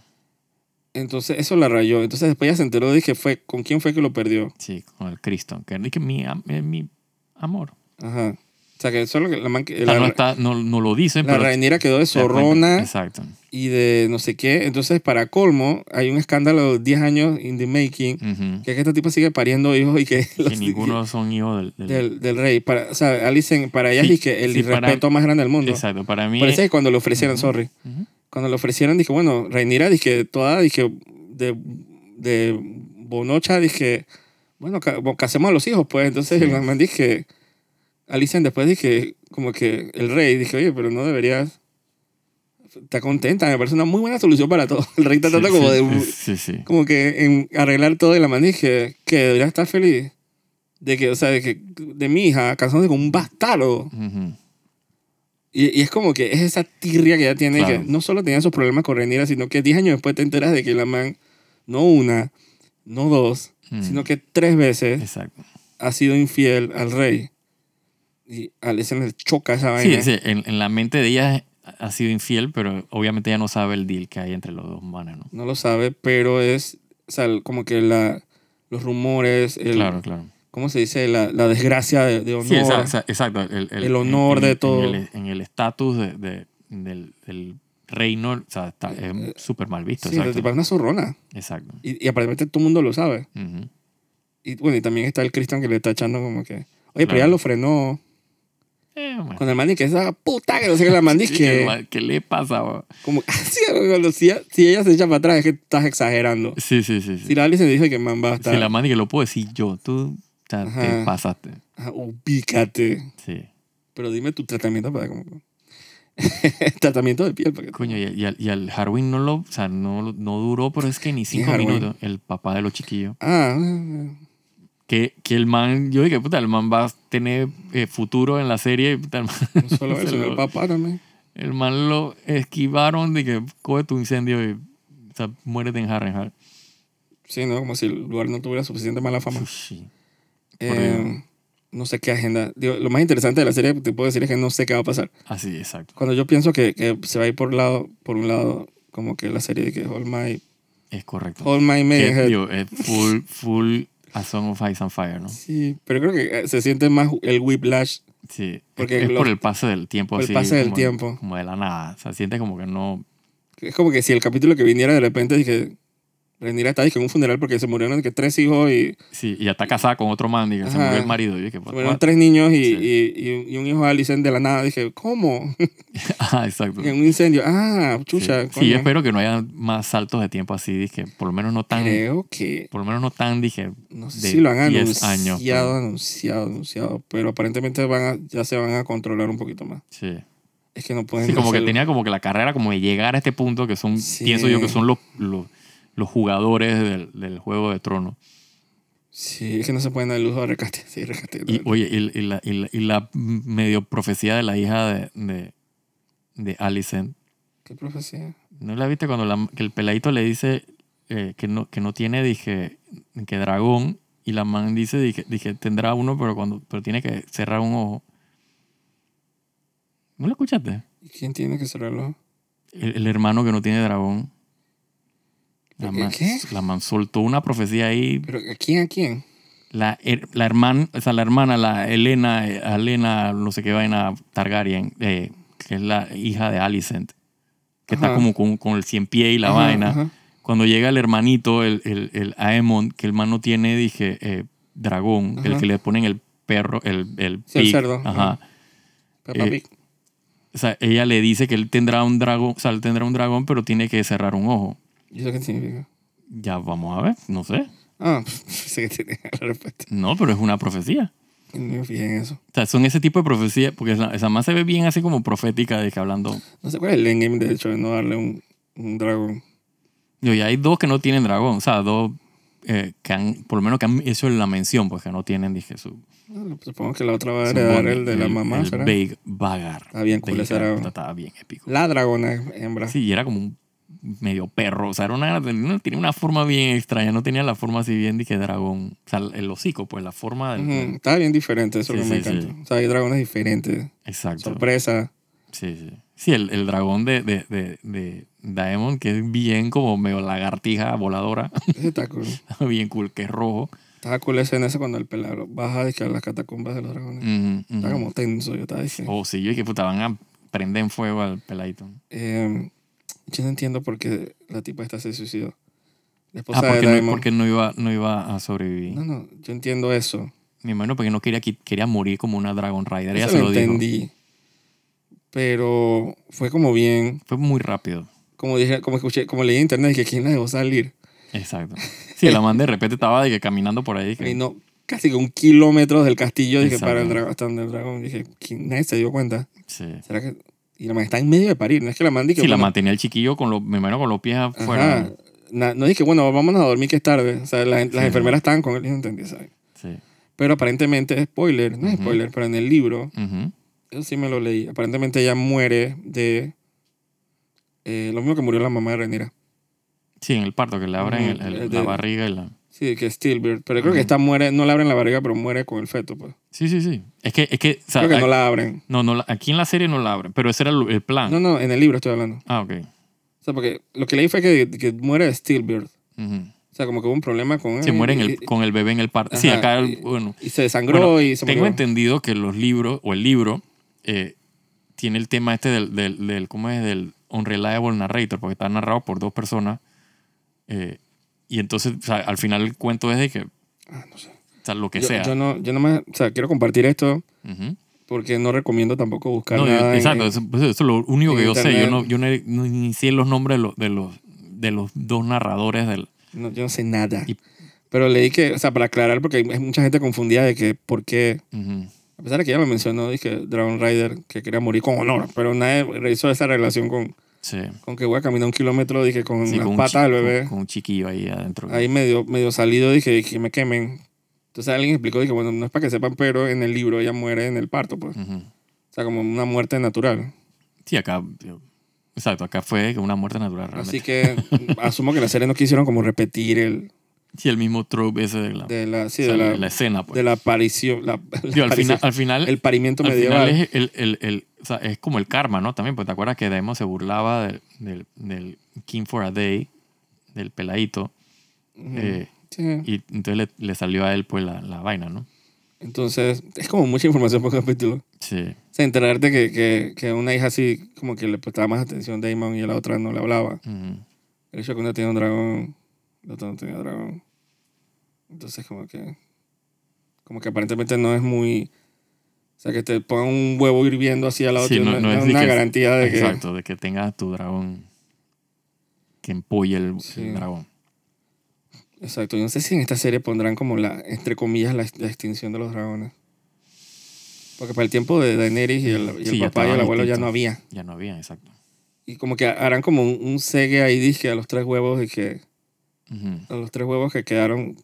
Entonces, eso la rayó. Entonces, después ella se enteró, dije, fue, ¿con quién fue que lo perdió? Sí, con el Cristo. Que es que mi, am- eh, mi amor. Ajá. O sea, que eso es lo que la man. que- O sea, la, Ah, no, está, no, no lo dicen, la pero... Rhaenyra quedó de te das cuenta. zorrona Exacto. y de no sé qué. Entonces, para colmo, hay un escándalo de 10 años in the making. Ujú. Que es que este tipo sigue pariendo hijos y que, Que los- ninguno son hijos del... del- del, del rey. Para, o sea, Alicen, para ella Sí, es que el sí, para- respeto más grande del mundo. Exacto, para mí... Parece que cuando le ofrecieron, Ujú. sorry, Ujú. cuando le ofrecieron, dije, bueno, Reinira, dije, toda, dije, de, de Bonocha, dije, bueno, ca- bo- casemos a los hijos, pues. Entonces, Sí. el man dije, Alicen después dije, como que el rey, dije, oye, pero no deberías está contenta, me parece una muy buena solución para todo. El rey está tratando como de... Sí, sí. Como que en arreglar todo de la manera que, que debería estar feliz. De que, o sea, de que de mi hija casándose con un bastardo. Ujú. Y, y es como que es esa tirria que ella tiene, Claro. que no solo tenía esos problemas con Rhaenyra, sino que 10 años después te enteras de que la man, no una, no dos, Mm. sino que tres veces Exacto. ha sido infiel al rey. Y a Alessia le choca esa Sí, vaina. sí, en, en la mente de ella ha sido infiel, pero obviamente ella no sabe el deal que hay entre los dos manes, ¿no? No lo sabe, pero es, o sea, como que la, los rumores, el, claro, claro. ¿cómo se dice? La, la desgracia de, de honor. Sí, esa- esa- exacto. El, El honor de todo. En el- en el estatus de- de- del, del reino, o sea, está- Eh, es súper mal visto. Sí, exacto. la tipa es una zorrona. Exacto. Y, y aparentemente todo el mundo lo sabe. Ujú. Y bueno, y también está el Christian que le está echando como que, oye, pero Claro. ya lo frenó. Eh, bueno. Con el maní que esa puta que no sé qué la maní Sí, que ¿Qué le pasa? bo? como así, cuando si, ella- si ella se echa para atrás es que estás exagerando. Sí, sí, sí. sí. Si la Alice dice que man basta, Si la mani que lo puedo decir yo, tú o sea, Ajá. te pasaste. ah, ubícate. Sí. Pero dime tu tratamiento para como tratamiento de piel para que Coño, y, y al, y al Harwin no lo, o sea, no, lo- no duró, pero es que ni ¿Quién es cinco Harwin? minutos. El papá de los chiquillos. Ah, eh, Que, que el man, yo dije, puta, el man va a tener eh, futuro en la serie. y puta, el man, no solo eso, se sino lo- el papá también. El man lo esquivaron de que coge tu incendio y o sea, muérete en Harrenhal. Sí, no, como si el lugar no tuviera suficiente mala fama. Fushi. Eh, horrible. no sé qué agenda. Digo, lo más interesante de la serie te puedo decir es que no sé qué va a pasar. Así, exacto. Cuando yo pienso que, que se va a ir por lado, por un lado, como que la serie de que All My, Es correcto. All My Que, Maidenhead digo, es full, full A Song of Ice and Fire, ¿no? Sí, pero creo que eh, se siente más el whiplash. Sí. Porque es lo- por el pase del tiempo. por el así, pase del como- tiempo. Como de la nada. O sea, sientes como que no... Es como que si el capítulo que viniera de repente dije, Renira está dije, en un funeral porque se murieron que tres hijos y Sí, y ya está casada con otro man, diga, se Ajá. murió el marido. Yo dije, se what- murieron what? tres niños y, Sí. y- y un- y un hijo de Alicent de la nada. Dije, ¿cómo? Ajá, exacto. en un incendio. Ah, chucha. sí, coño. Sí, yo espero que no haya más saltos de tiempo así, dije, por lo menos no tan... Creo que, Por lo menos no tan, dije, no sé de si lo han 10 anunciado, años, pero- anunciado, anunciado, pero aparentemente van a- ya se van a controlar un poquito más. sí. Es que no pueden Sí, como que hacerlo. tenía como que la carrera como de llegar a este punto que son, Sí. pienso yo que son los, los, los jugadores del, del Juego de Tronos. Sí, es que no se pueden dar lujo de rescate. Sí, rescate. Y oye, y, y la, y la- y la medio profecía de la hija de, de, de Alicent. ¿Qué profecía? ¿No la viste cuando la- que el peladito le dice eh, que, no, que no tiene, dije, que dragón? Y la man dice, dije, dije, tendrá uno, pero, cuando, pero tiene que cerrar un ojo. ¿No lo escuchaste? ¿Y ¿Quién tiene que cerrarlo? El, el hermano que no tiene dragón. La ¿Qué- man, qué? la man soltó una profecía ahí. ¿Pero a quién a quién? La, her- la, hermana, o sea, la hermana, la Elena, eh, Elena, no sé qué vaina, Targaryen, eh, que es la hija de Alicent, que Ajá. está como con, con el cien pie y la Ajá, vaina. ajá. Cuando llega el hermanito, el, el, el Aemon, que el man no tiene, dije, eh, dragón, Ajá. el que le ponen el perro, el, el, Sí, el pig, cerdo, Ajá. ajá. Peppa Eh, Pig. O sea, ella le dice que él tendrá un dragón, o sea, él tendrá un dragón, pero tiene que cerrar un ojo. ¿Y eso qué significa? Ya vamos a ver, no sé. Ah, sé que tenía la respuesta. No, pero es una profecía. No me fijé en eso. O sea, son ese tipo de profecías, porque esa, esa más se ve bien así como profética de que hablando. No sé cuál es el endgame, de hecho, de no darle un, un dragón. Yo, y hay dos que no tienen dragón, o sea, dos eh, que han, por lo menos que han hecho la mención, pues que no tienen, dije, su. Bueno, pues, supongo que la otra va a su heredar bonding, el de la mamá, El ah, ¿será? Ah, Big Vagar. Está bien De cool ese dragón. puta, Estaba bien épico. La dragona hembra. Sí, y era como un medio perro, o sea, era una, tenía tenía una forma bien extraña, no tenía la forma así bien, dije, dragón. O sea, el hocico, pues la forma del. Ujú, Está bien diferente, eso Sí, que me sí, encanta. O sea, hay dragones diferentes. Exacto. Sorpresa. Sí, sí. Sí, el, el dragón de, de, de, de Daemon, que es bien como medio lagartija voladora, Ese está cool. bien cool, que es rojo. Estaba cool esa en ese cuando el pelado baja de que a las catacumbas de los dragones. Ujú, ujú. Está como tenso, yo estaba diciendo. Oh, sí, yo dije, puta, van a prender en fuego al peladito. Eh, yo no entiendo por qué la tipa esta se suicidó. La Ah, esposa de porque, no, Diamond. porque no, iba, no iba a sobrevivir. No, no, yo entiendo eso. Mi hermano, porque no quería, qui- quería morir como una Dragon Rider. Ella Eso se lo lo dijo. entendí. Pero fue como bien, Fue muy rápido. como dije, como escuché, como leí en internet que quién la dejó salir. Exacto. Sí, la man de repente estaba de que caminando por ahí. que- Y no, casi que un kilómetro del castillo dije Exacto. para el dragón, hasta donde el dragón. Dije, ¿quién? nadie se dio cuenta. sí. ¿Será que Y la man está en medio de parir. No es que la man diga. Sí, la mantenía el chiquillo con los, me imagino, con los pies afuera. Ajá. Na- no dije, bueno, vámonos a dormir que es tarde. O sea, la gen- las Sí. enfermeras estaban con él y no entendí, ¿sabes? Sí. Pero aparentemente, spoiler, no es Ujú. spoiler, pero en el libro, Ujú. eso sí me lo leí. Aparentemente ella muere de eh, lo mismo que murió la mamá de Renira. Sí, en el parto, que le abren el- Ujú, el- el la de- barriga y la... Sí, que es Stillbirth. Pero creo que Ujú. esta muere, no la abren la barriga, pero muere con el feto, pues. Sí, sí, sí. Es que, es que, o sea, Creo que no a- la abren. no, no, la- aquí en la serie no la abren, pero ese era el, el plan. No, no, en el libro estoy hablando. Ah, ok. O sea, porque lo que leí fue que, que muere de Stillbirth. Ujú. O sea, como que hubo un problema con él. Se muere en Mm, y- el- con el bebé en el parto. Sí, Ajá, acá, y- bueno. Y, se desangró Bueno, y se Tengo murió. entendido que los libros, o el libro, eh, tiene el tema este del, del, del- ¿cómo es? Del unreliable narrator, porque está narrado por dos personas. eh, y entonces, o sea, al final el cuento es de que, o Ah, no sé. sea, lo que Yo, sea. yo no, yo nomás, o sea, quiero compartir esto Ujú. porque no recomiendo tampoco buscar No, yo- nada. en- exacto, en- eso, pues eso es lo único en que yo sé. Yo internet. no, yo no, no inicié los nombres de los, de los, de los dos narradores del... no, yo no sé nada. Y- Pero leí que, o sea, para aclarar, porque hay hay mucha gente confundida de que por qué, Ujú. a pesar de que ella lo mencionó, dije Dragon Rider, que quería morir con honor, pero nadie hizo esa relación con, Sí. con que voy a caminar un kilómetro, dije, con Sí, las un patas del chi- bebé. Con, con un chiquillo ahí adentro. ahí medio, medio salido dije que me quemen. Entonces alguien explicó, dije, bueno, no es para que sepan, pero en el libro ella muere en el parto, pues. Ujú. O sea, como una muerte natural. Sí, acá. digo, Exacto, acá fue una muerte natural realmente. Así que mm, asumo que la serie no quisieron como repetir el Sí, el mismo trope ese de la, de la, sí, o sea, de la, la, escena. Pues. de la aparición, la, la Digo, aparición- al, final, al final, el parimiento al medieval. final es, el, el- el- o sea, es como el karma, ¿no? También, pues te acuerdas que Daemon se burlaba del, del, del King for a Day, del peladito, Ujú. eh, Sí. y entonces le, le salió a él pues la, la vaina, ¿no? Entonces, es como mucha información por capítulo. Sí, O sea, enterarte que, que, que una hija así como que le prestaba más atención a Damon y a la otra no le hablaba. ujú, El hecho de que una tenía un dragón, la otra no tenía dragón. Entonces, como que. Como que aparentemente no es muy. O sea, que te pongan un huevo hirviendo así a la otra. Sí, no- no, no no es es ni una que- garantía de que. exacto, de que tengas tu dragón que empolle el, el Sí. dragón. Exacto. Yo no sé si en esta serie pondrán como la. Entre comillas, la, la extinción de los dragones. Porque para el tiempo de Daenerys y el, y el Sí, ya papá y el estaba abuelo ya distinto. no había. Ya no había, exacto. Y como que harán como un, un segue ahí, dije, a los tres huevos de que. Ujú. A los tres huevos que quedaron.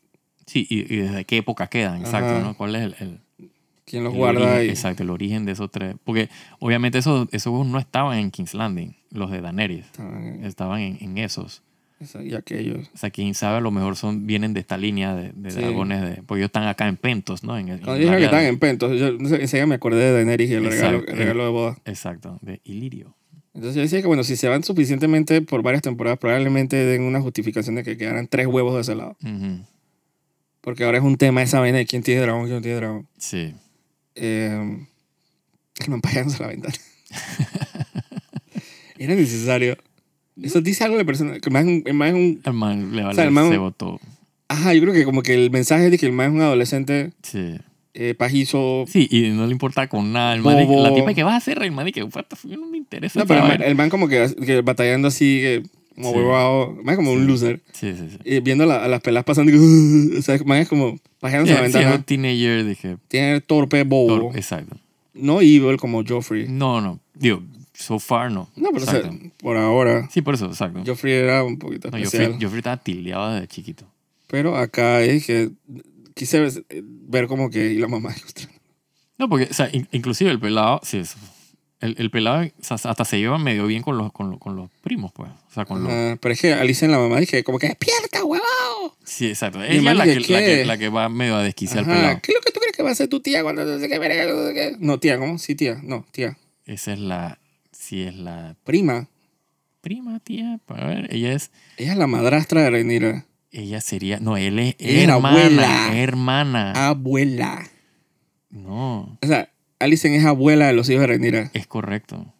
Sí, y, y desde qué época quedan, exacto, Ajá. ¿no? ¿Cuál es el, el- ¿Quién los el guarda? origen, Y, exacto, el origen de esos tres? Porque obviamente esos, esos no estaban en King's Landing, los de Daenerys, estaban- estaban en, en esos. esa- y aquellos. O sea, quién sabe, a lo mejor son, vienen de esta línea de, de Sí. dragones, de, porque ellos están acá en Pentos, ¿no? En, en Cuando el dijeron que área estaban de- en Pentos, yo no sé, enseguida me acordé de Daenerys y el Exacto, regalo, el regalo de boda. Exacto, de Ilirio. Entonces yo decía que, bueno, si se van suficientemente por varias temporadas, probablemente den una justificación de que quedaran tres huevos de ese lado. Ujú, Porque ahora es un tema esa vaina de quién tiene dragón, quién no tiene dragón. Sí. Eh, no empañándose la ventana. Era necesario. Eso dice algo de persona. Que el man- el man es un. El man le vale, sea, el man- se votó. Ajá, yo creo que como que el mensaje de que el man es un adolescente Sí. eh, pajizo. Sí, y no le importa con nada. El man, de- Bobo. la tipa que va a hacer, el man, de que "What the fuck, no me interesa. No, pero el esa man, vaina". el man como que, que batallando así, que como Sí. huevado. El man es como un Sí. loser. Sí, sí, sí. eh, viendo la- a las pelas pasando, digo, "Ugh", o sea, man, es como pajeándose Sí, la sí, era un ventana. teenager, dije. Tiene torpe bobo. tor- Exacto. No evil como Joffrey. No, no. Digo, so far no. No, pero o sea, Mm, exacto. por ahora. Sí, por eso, exacto. Yo, Joffrey era un poquito no, yo, especial. fui, yo fui estaba tildeado desde chiquito. Pero acá es que quise ver, ver como que y la mamá. No, porque, o sea, in- inclusive el pelado, sí, eso. El, el pelado o sea, hasta se lleva medio bien con los, con, los- con los primos, pues. O sea, con los... Ah, pero es que Alicia en la mamá dije, como que despierta, huevón. Sí, exacto. Y Ella es la que, marica, la, ¿qué? que, la que va medio a desquiciar al Ajá, pelado. ¿qué es lo que tú crees que va a hacer tu tía cuando no sé qué, verga, no sé qué? No, tía, ¿cómo? Sí, tía. No, tía. Esa es la... Sí, es la Prima. prima, tía. A ver, ella es... Ella es la madrastra de Renira. Ella sería... No, él es Ella es la hermana. abuela. Ah. Hermana. Abuela. No, O sea, Alicent es abuela de los hijos de Renira. es correcto.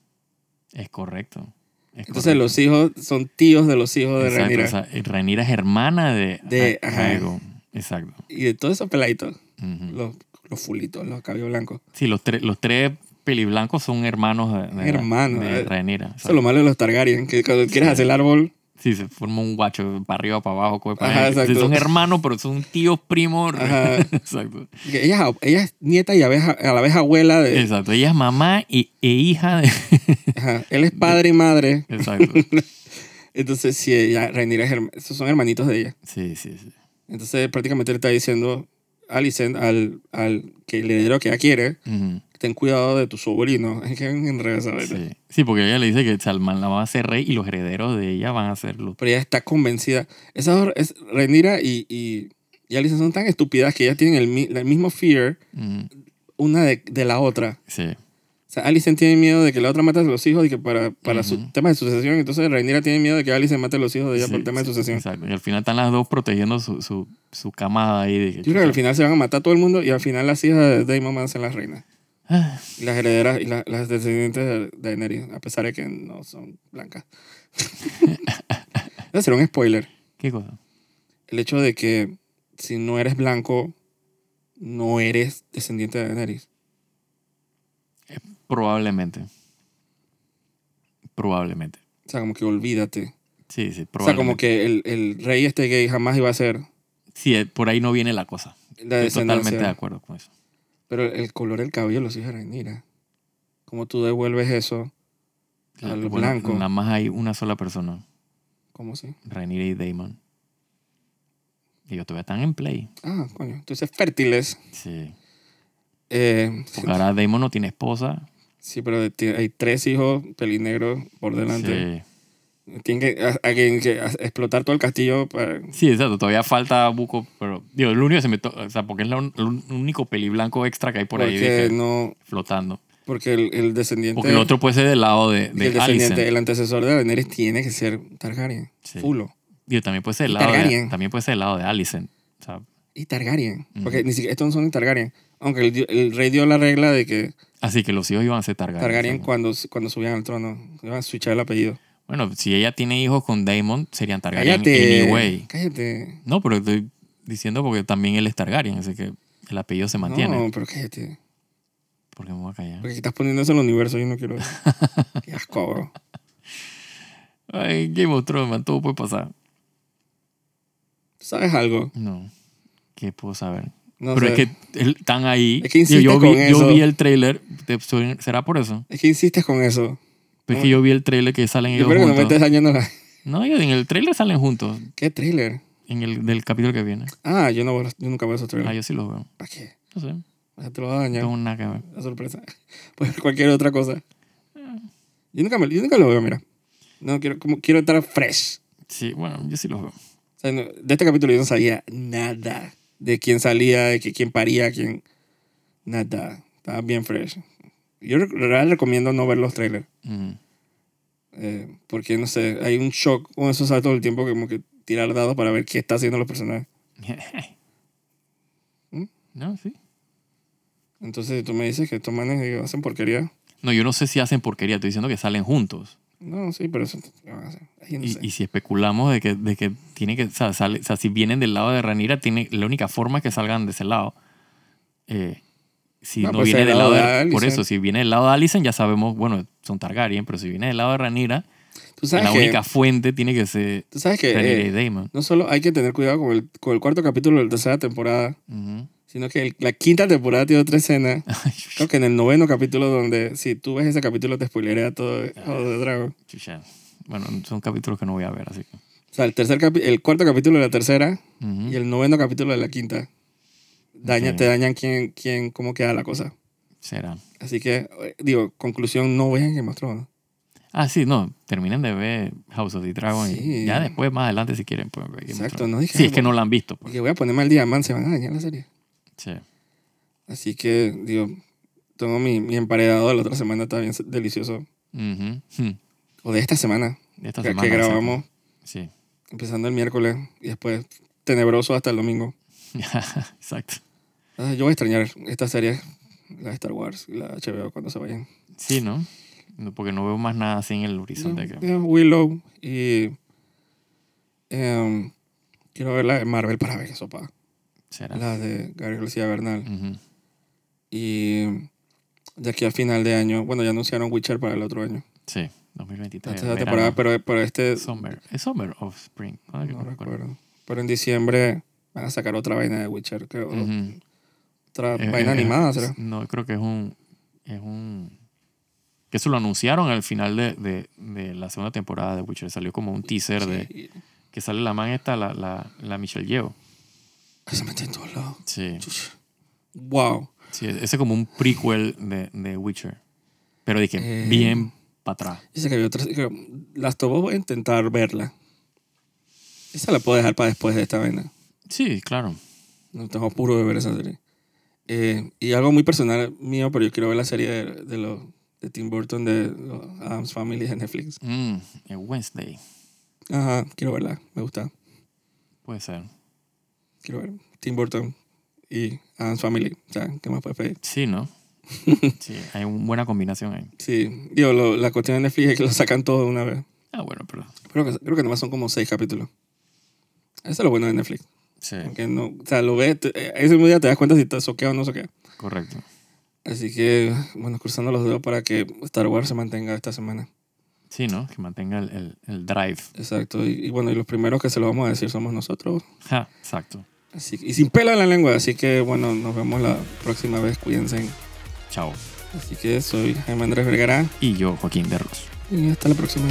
Es correcto. Es Entonces correcto. los hijos son tíos de los hijos de Exacto, Renira. o sea, Rhaenyra es hermana de, De- A- ajá. Aegon. Exacto. Y de todos esos peladitos, Ujú. los, los fulitos, los cabellos blancos. Sí, los, tres los tres peliblancos son hermanos de, de, la- Hermanos, de eh. Rhaenyra. Eso es lo malo de los Targaryen, que cuando quieres hacer el árbol, Sí, se forma un guacho para arriba, para abajo. coge para Ajá, allá. Sí, exacto. son hermanos, pero son tíos, primos. Ajá. exacto. Que Ella, es ab- ella es nieta y a, vez- a la vez abuela de... Exacto. Ella es mamá y, e hija de. Ajá, Él es padre y madre. Exacto. Entonces, si ella, Rhaenyra es herma- esos son hermanitos de ella. Sí, sí, sí. Entonces, prácticamente le está diciendo a Alicent, al, al que le dé lo que ella quiere, Ujú. ten cuidado de tu sobrino. Es que en realidad, ¿sabes? Sí. Sí, porque ella le dice que Salman la va a hacer rey y los herederos de ella van a ser los. Pero ella está convencida. Esas dos, es, Rhaenyra y, y, y Alicent son tan estúpidas que ellas tienen el, mi- el mismo fear Ujú. una de, de la otra. Sí. O sea, Alicent tiene miedo de que la otra mate a los hijos y que para, para su Ujú. tema de sucesión. Entonces, Rhaenyra tiene miedo de que Alicent mate a los hijos de ella Sí, por el tema de sí, sucesión. Exacto. Y al final están las dos protegiendo su, su, su camada ahí. De, Yo creo que al final se van a matar a todo el mundo y al final las hijas de Daemon van a ser las reinas. Ah, Y las herederas y la- las descendientes de Daenerys, a pesar de que no son blancas. Eso será un spoiler. ¿Qué cosa? El hecho de que si no eres blanco, no eres descendiente de Daenerys. Probablemente. Probablemente. O sea, como que olvídate. Sí, sí, O sea, probablemente. como que el, el rey este gay jamás iba a ser Sí, eh, por ahí no viene la cosa. la Estoy totalmente de descendencia. acuerdo con eso. Pero el color del cabello de los hijos de Rhaenyra. Como tú devuelves eso al Bueno, blanco. Nada más hay una sola persona, ¿Cómo así? Rhaenyra y Damon. Ellos todavía están en play. Ah, coño. Entonces, fértiles. Sí. Eh, Porque ahora Damon no tiene esposa. Sí, pero ti- hay tres hijos pelinegros por delante. Sí. Tienen que, a- alguien que a- explotar todo el castillo para... Sí, exacto. Todavía falta Buco, pero digo, el único que se me to- o sea, porque es la un- el un- único peli blanco extra que hay por ahí porque dije, no... flotando. Porque el, el descendiente... Porque el otro puede ser del lado de, el de descendiente, Alicent. el antecesor de Daenerys tiene que ser Targaryen. Sí. Fulo. Digo, también puede ser del lado de, Targaryen. también puede ser del lado de Alicent. O sea, Y Targaryen. Ujú. Porque ni siquiera estos no son ni Targaryen. Aunque el, di- el rey dio la regla de que así que los hijos iban a ser Targaryen. Targaryen ¿sabes? cuando, cuando subían al trono iban a switchar el apellido. Bueno, si ella tiene hijos con Damon, serían Targaryen Cállate. anyway. Cállate. No, pero estoy diciendo porque también él es Targaryen, así que el apellido se mantiene. No, pero cállate. Porque me voy a callar. Porque estás poniendo eso en el universo. Yo no quiero... Qué asco, bro. Ay, Game of Thrones, man, todo puede pasar. ¿Sabes algo? No. ¿Qué puedo saber? No pero sé. es que él- están ahí. Es que insiste yo, vi, con yo eso. vi el trailer. ¿Será por eso? Es que insistes con eso. Pues es que yo vi el trailer que salen Yo ellos creo que no me juntos. estés dañando la... No, ellos en el trailer salen juntos. ¿Qué thriller? En el del capítulo que viene. Ah, yo, no, veo los- yo nunca veo esos Ah, thrillers. yo sí los veo. ¿Para qué? No sé. O sea, te lo va a dañar. Tengo nada que ver. La sorpresa. Puede ser cualquier otra cosa. Ah. Yo nunca, me, yo nunca lo veo, mira. No, quiero, como, quiero estar fresh. Sí, bueno, yo sí los veo. O sea, no- de este capítulo yo no sabía nada. De quién salía, de que, quién paría, quién... Nada. Estaba bien fresh. Yo re- real recomiendo no ver los trailers. Mm. eh, porque, no sé, hay un shock con esos saltos del tiempo que como que tirar dados para ver qué está haciendo los personajes. ¿Mm? No, sí. Entonces, si tú me dices que estos manes digo, hacen porquería. No, yo no sé si hacen porquería. Estoy diciendo que salen juntos. No, sí, pero eso ¿qué van a hacer? Ay, yo no Y, sé. y si especulamos de que, de que tiene que, o sea, sale- o sea, si vienen del lado de Ranira, tiene la única forma es que salgan de ese lado. Eh, si No, no, pues, viene el del lado lado de, de Alicent. por eso, si viene del lado de Alicent, ya sabemos, bueno, son Targaryen, pero si viene del lado de Ranira, tú sabes la que, única fuente tiene que ser tú sabes que Ranira y eh, Daemon. no solo hay que tener cuidado con el, con el cuarto capítulo de la tercera temporada, Ujú. sino que el- la quinta temporada tiene otra escena. Creo que en el noveno capítulo, donde si tú ves ese capítulo, te spoilerea todo de House of the Dragon. Chucha. Bueno, son capítulos que no voy a ver, así que. O sea, el, tercer capi- el cuarto capítulo de la tercera ujú. y el noveno capítulo de la quinta daña, Ok. te dañan quién, quién, cómo queda la cosa. Será. Así que, eh, digo, conclusión, no vean Game of Thrones. Ah, sí, no, terminen de ver House of the Dragon Sí. y ya después, más adelante, si quieren, pueden ver Game of Exacto, Thrones. no dije- Si es que no la han visto, pues. Porque voy a ponerme al día, man, se van a dañar la serie. Sí. Así que, digo, tengo mi, mi emparedado de la otra semana, está bien delicioso. Ujú. Hmm. O de esta semana, Esta que- que semana. exacto. grabamos, Sí. empezando el miércoles y después tenebroso hasta el domingo. Exacto. Ah, yo voy a extrañar estas series, la de Star Wars y la de HBO cuando se vayan. Sí, ¿no? No, Porque no veo más nada así en el horizonte. que- Eh, Willow y... em, quiero ver la de Marvel para ver qué sopa. Será. La de Gabriel García Bernal. Ujú. Y de aquí a final de año, bueno, ya anunciaron Witcher para el otro año. Sí. 2023. Antes de la verano. temporada, pero, pero este. Summer. ¿Es Summer o Spring? Ah, yo No recuerdo. Pero en diciembre van a sacar otra vaina de Witcher, creo. Ujú. Otra Eh, vaina eh, animada, eh, ¿será? No, creo que es un. Es un que eso lo anunciaron al final de, de- de la segunda temporada de Witcher. Salió como un teaser de Sí. que sale la man esta, la, la, la Michelle Yeoh. Ay, se mete en todos lados. Sí. Chuch. Wow. sí, ese es como un prequel de, de Witcher. Pero dije, Eh. bien para atrás. Dice que había otras. creo- Las tobo voy a intentar verla. Esa la puedo dejar para después de esta vaina. Sí, claro. No tengo puro de ver esa serie. Eh, y algo muy personal mío, pero yo quiero ver la serie de, de los de Tim Burton de los Adams Family de Netflix. Mm, el Wednesday. Ajá, quiero verla. Me gusta. Puede ser. Quiero ver Tim Burton y Adams Family. O sea, ¿qué más puedes pedir? Sí, ¿no? sí, hay una buena combinación ahí. Sí, digo, lo- la cuestión de Netflix es que lo sacan todo de una vez. Ah, bueno, pero. Creo que, creo que nomás son como seis capítulos. Eso es lo bueno de Netflix. Sí, Porque no, o sea, lo ves, te- eh, ese mismo día te das cuenta si te soquea o no soquea. correcto. Así que, bueno, cruzando los dedos para que Star Wars se mantenga esta semana. Sí, ¿no? Que mantenga el, el- el drive. Exacto. Y, y bueno, y los primeros que se lo vamos a decir somos nosotros. Ja, exacto. Así, que- y sin pela en la lengua. Así que, bueno, nos vemos la próxima vez. Cuídense. Chao. Así que soy Jaime Andrés Vergara Y yo, Joaquín de Rus. y hasta la próxima.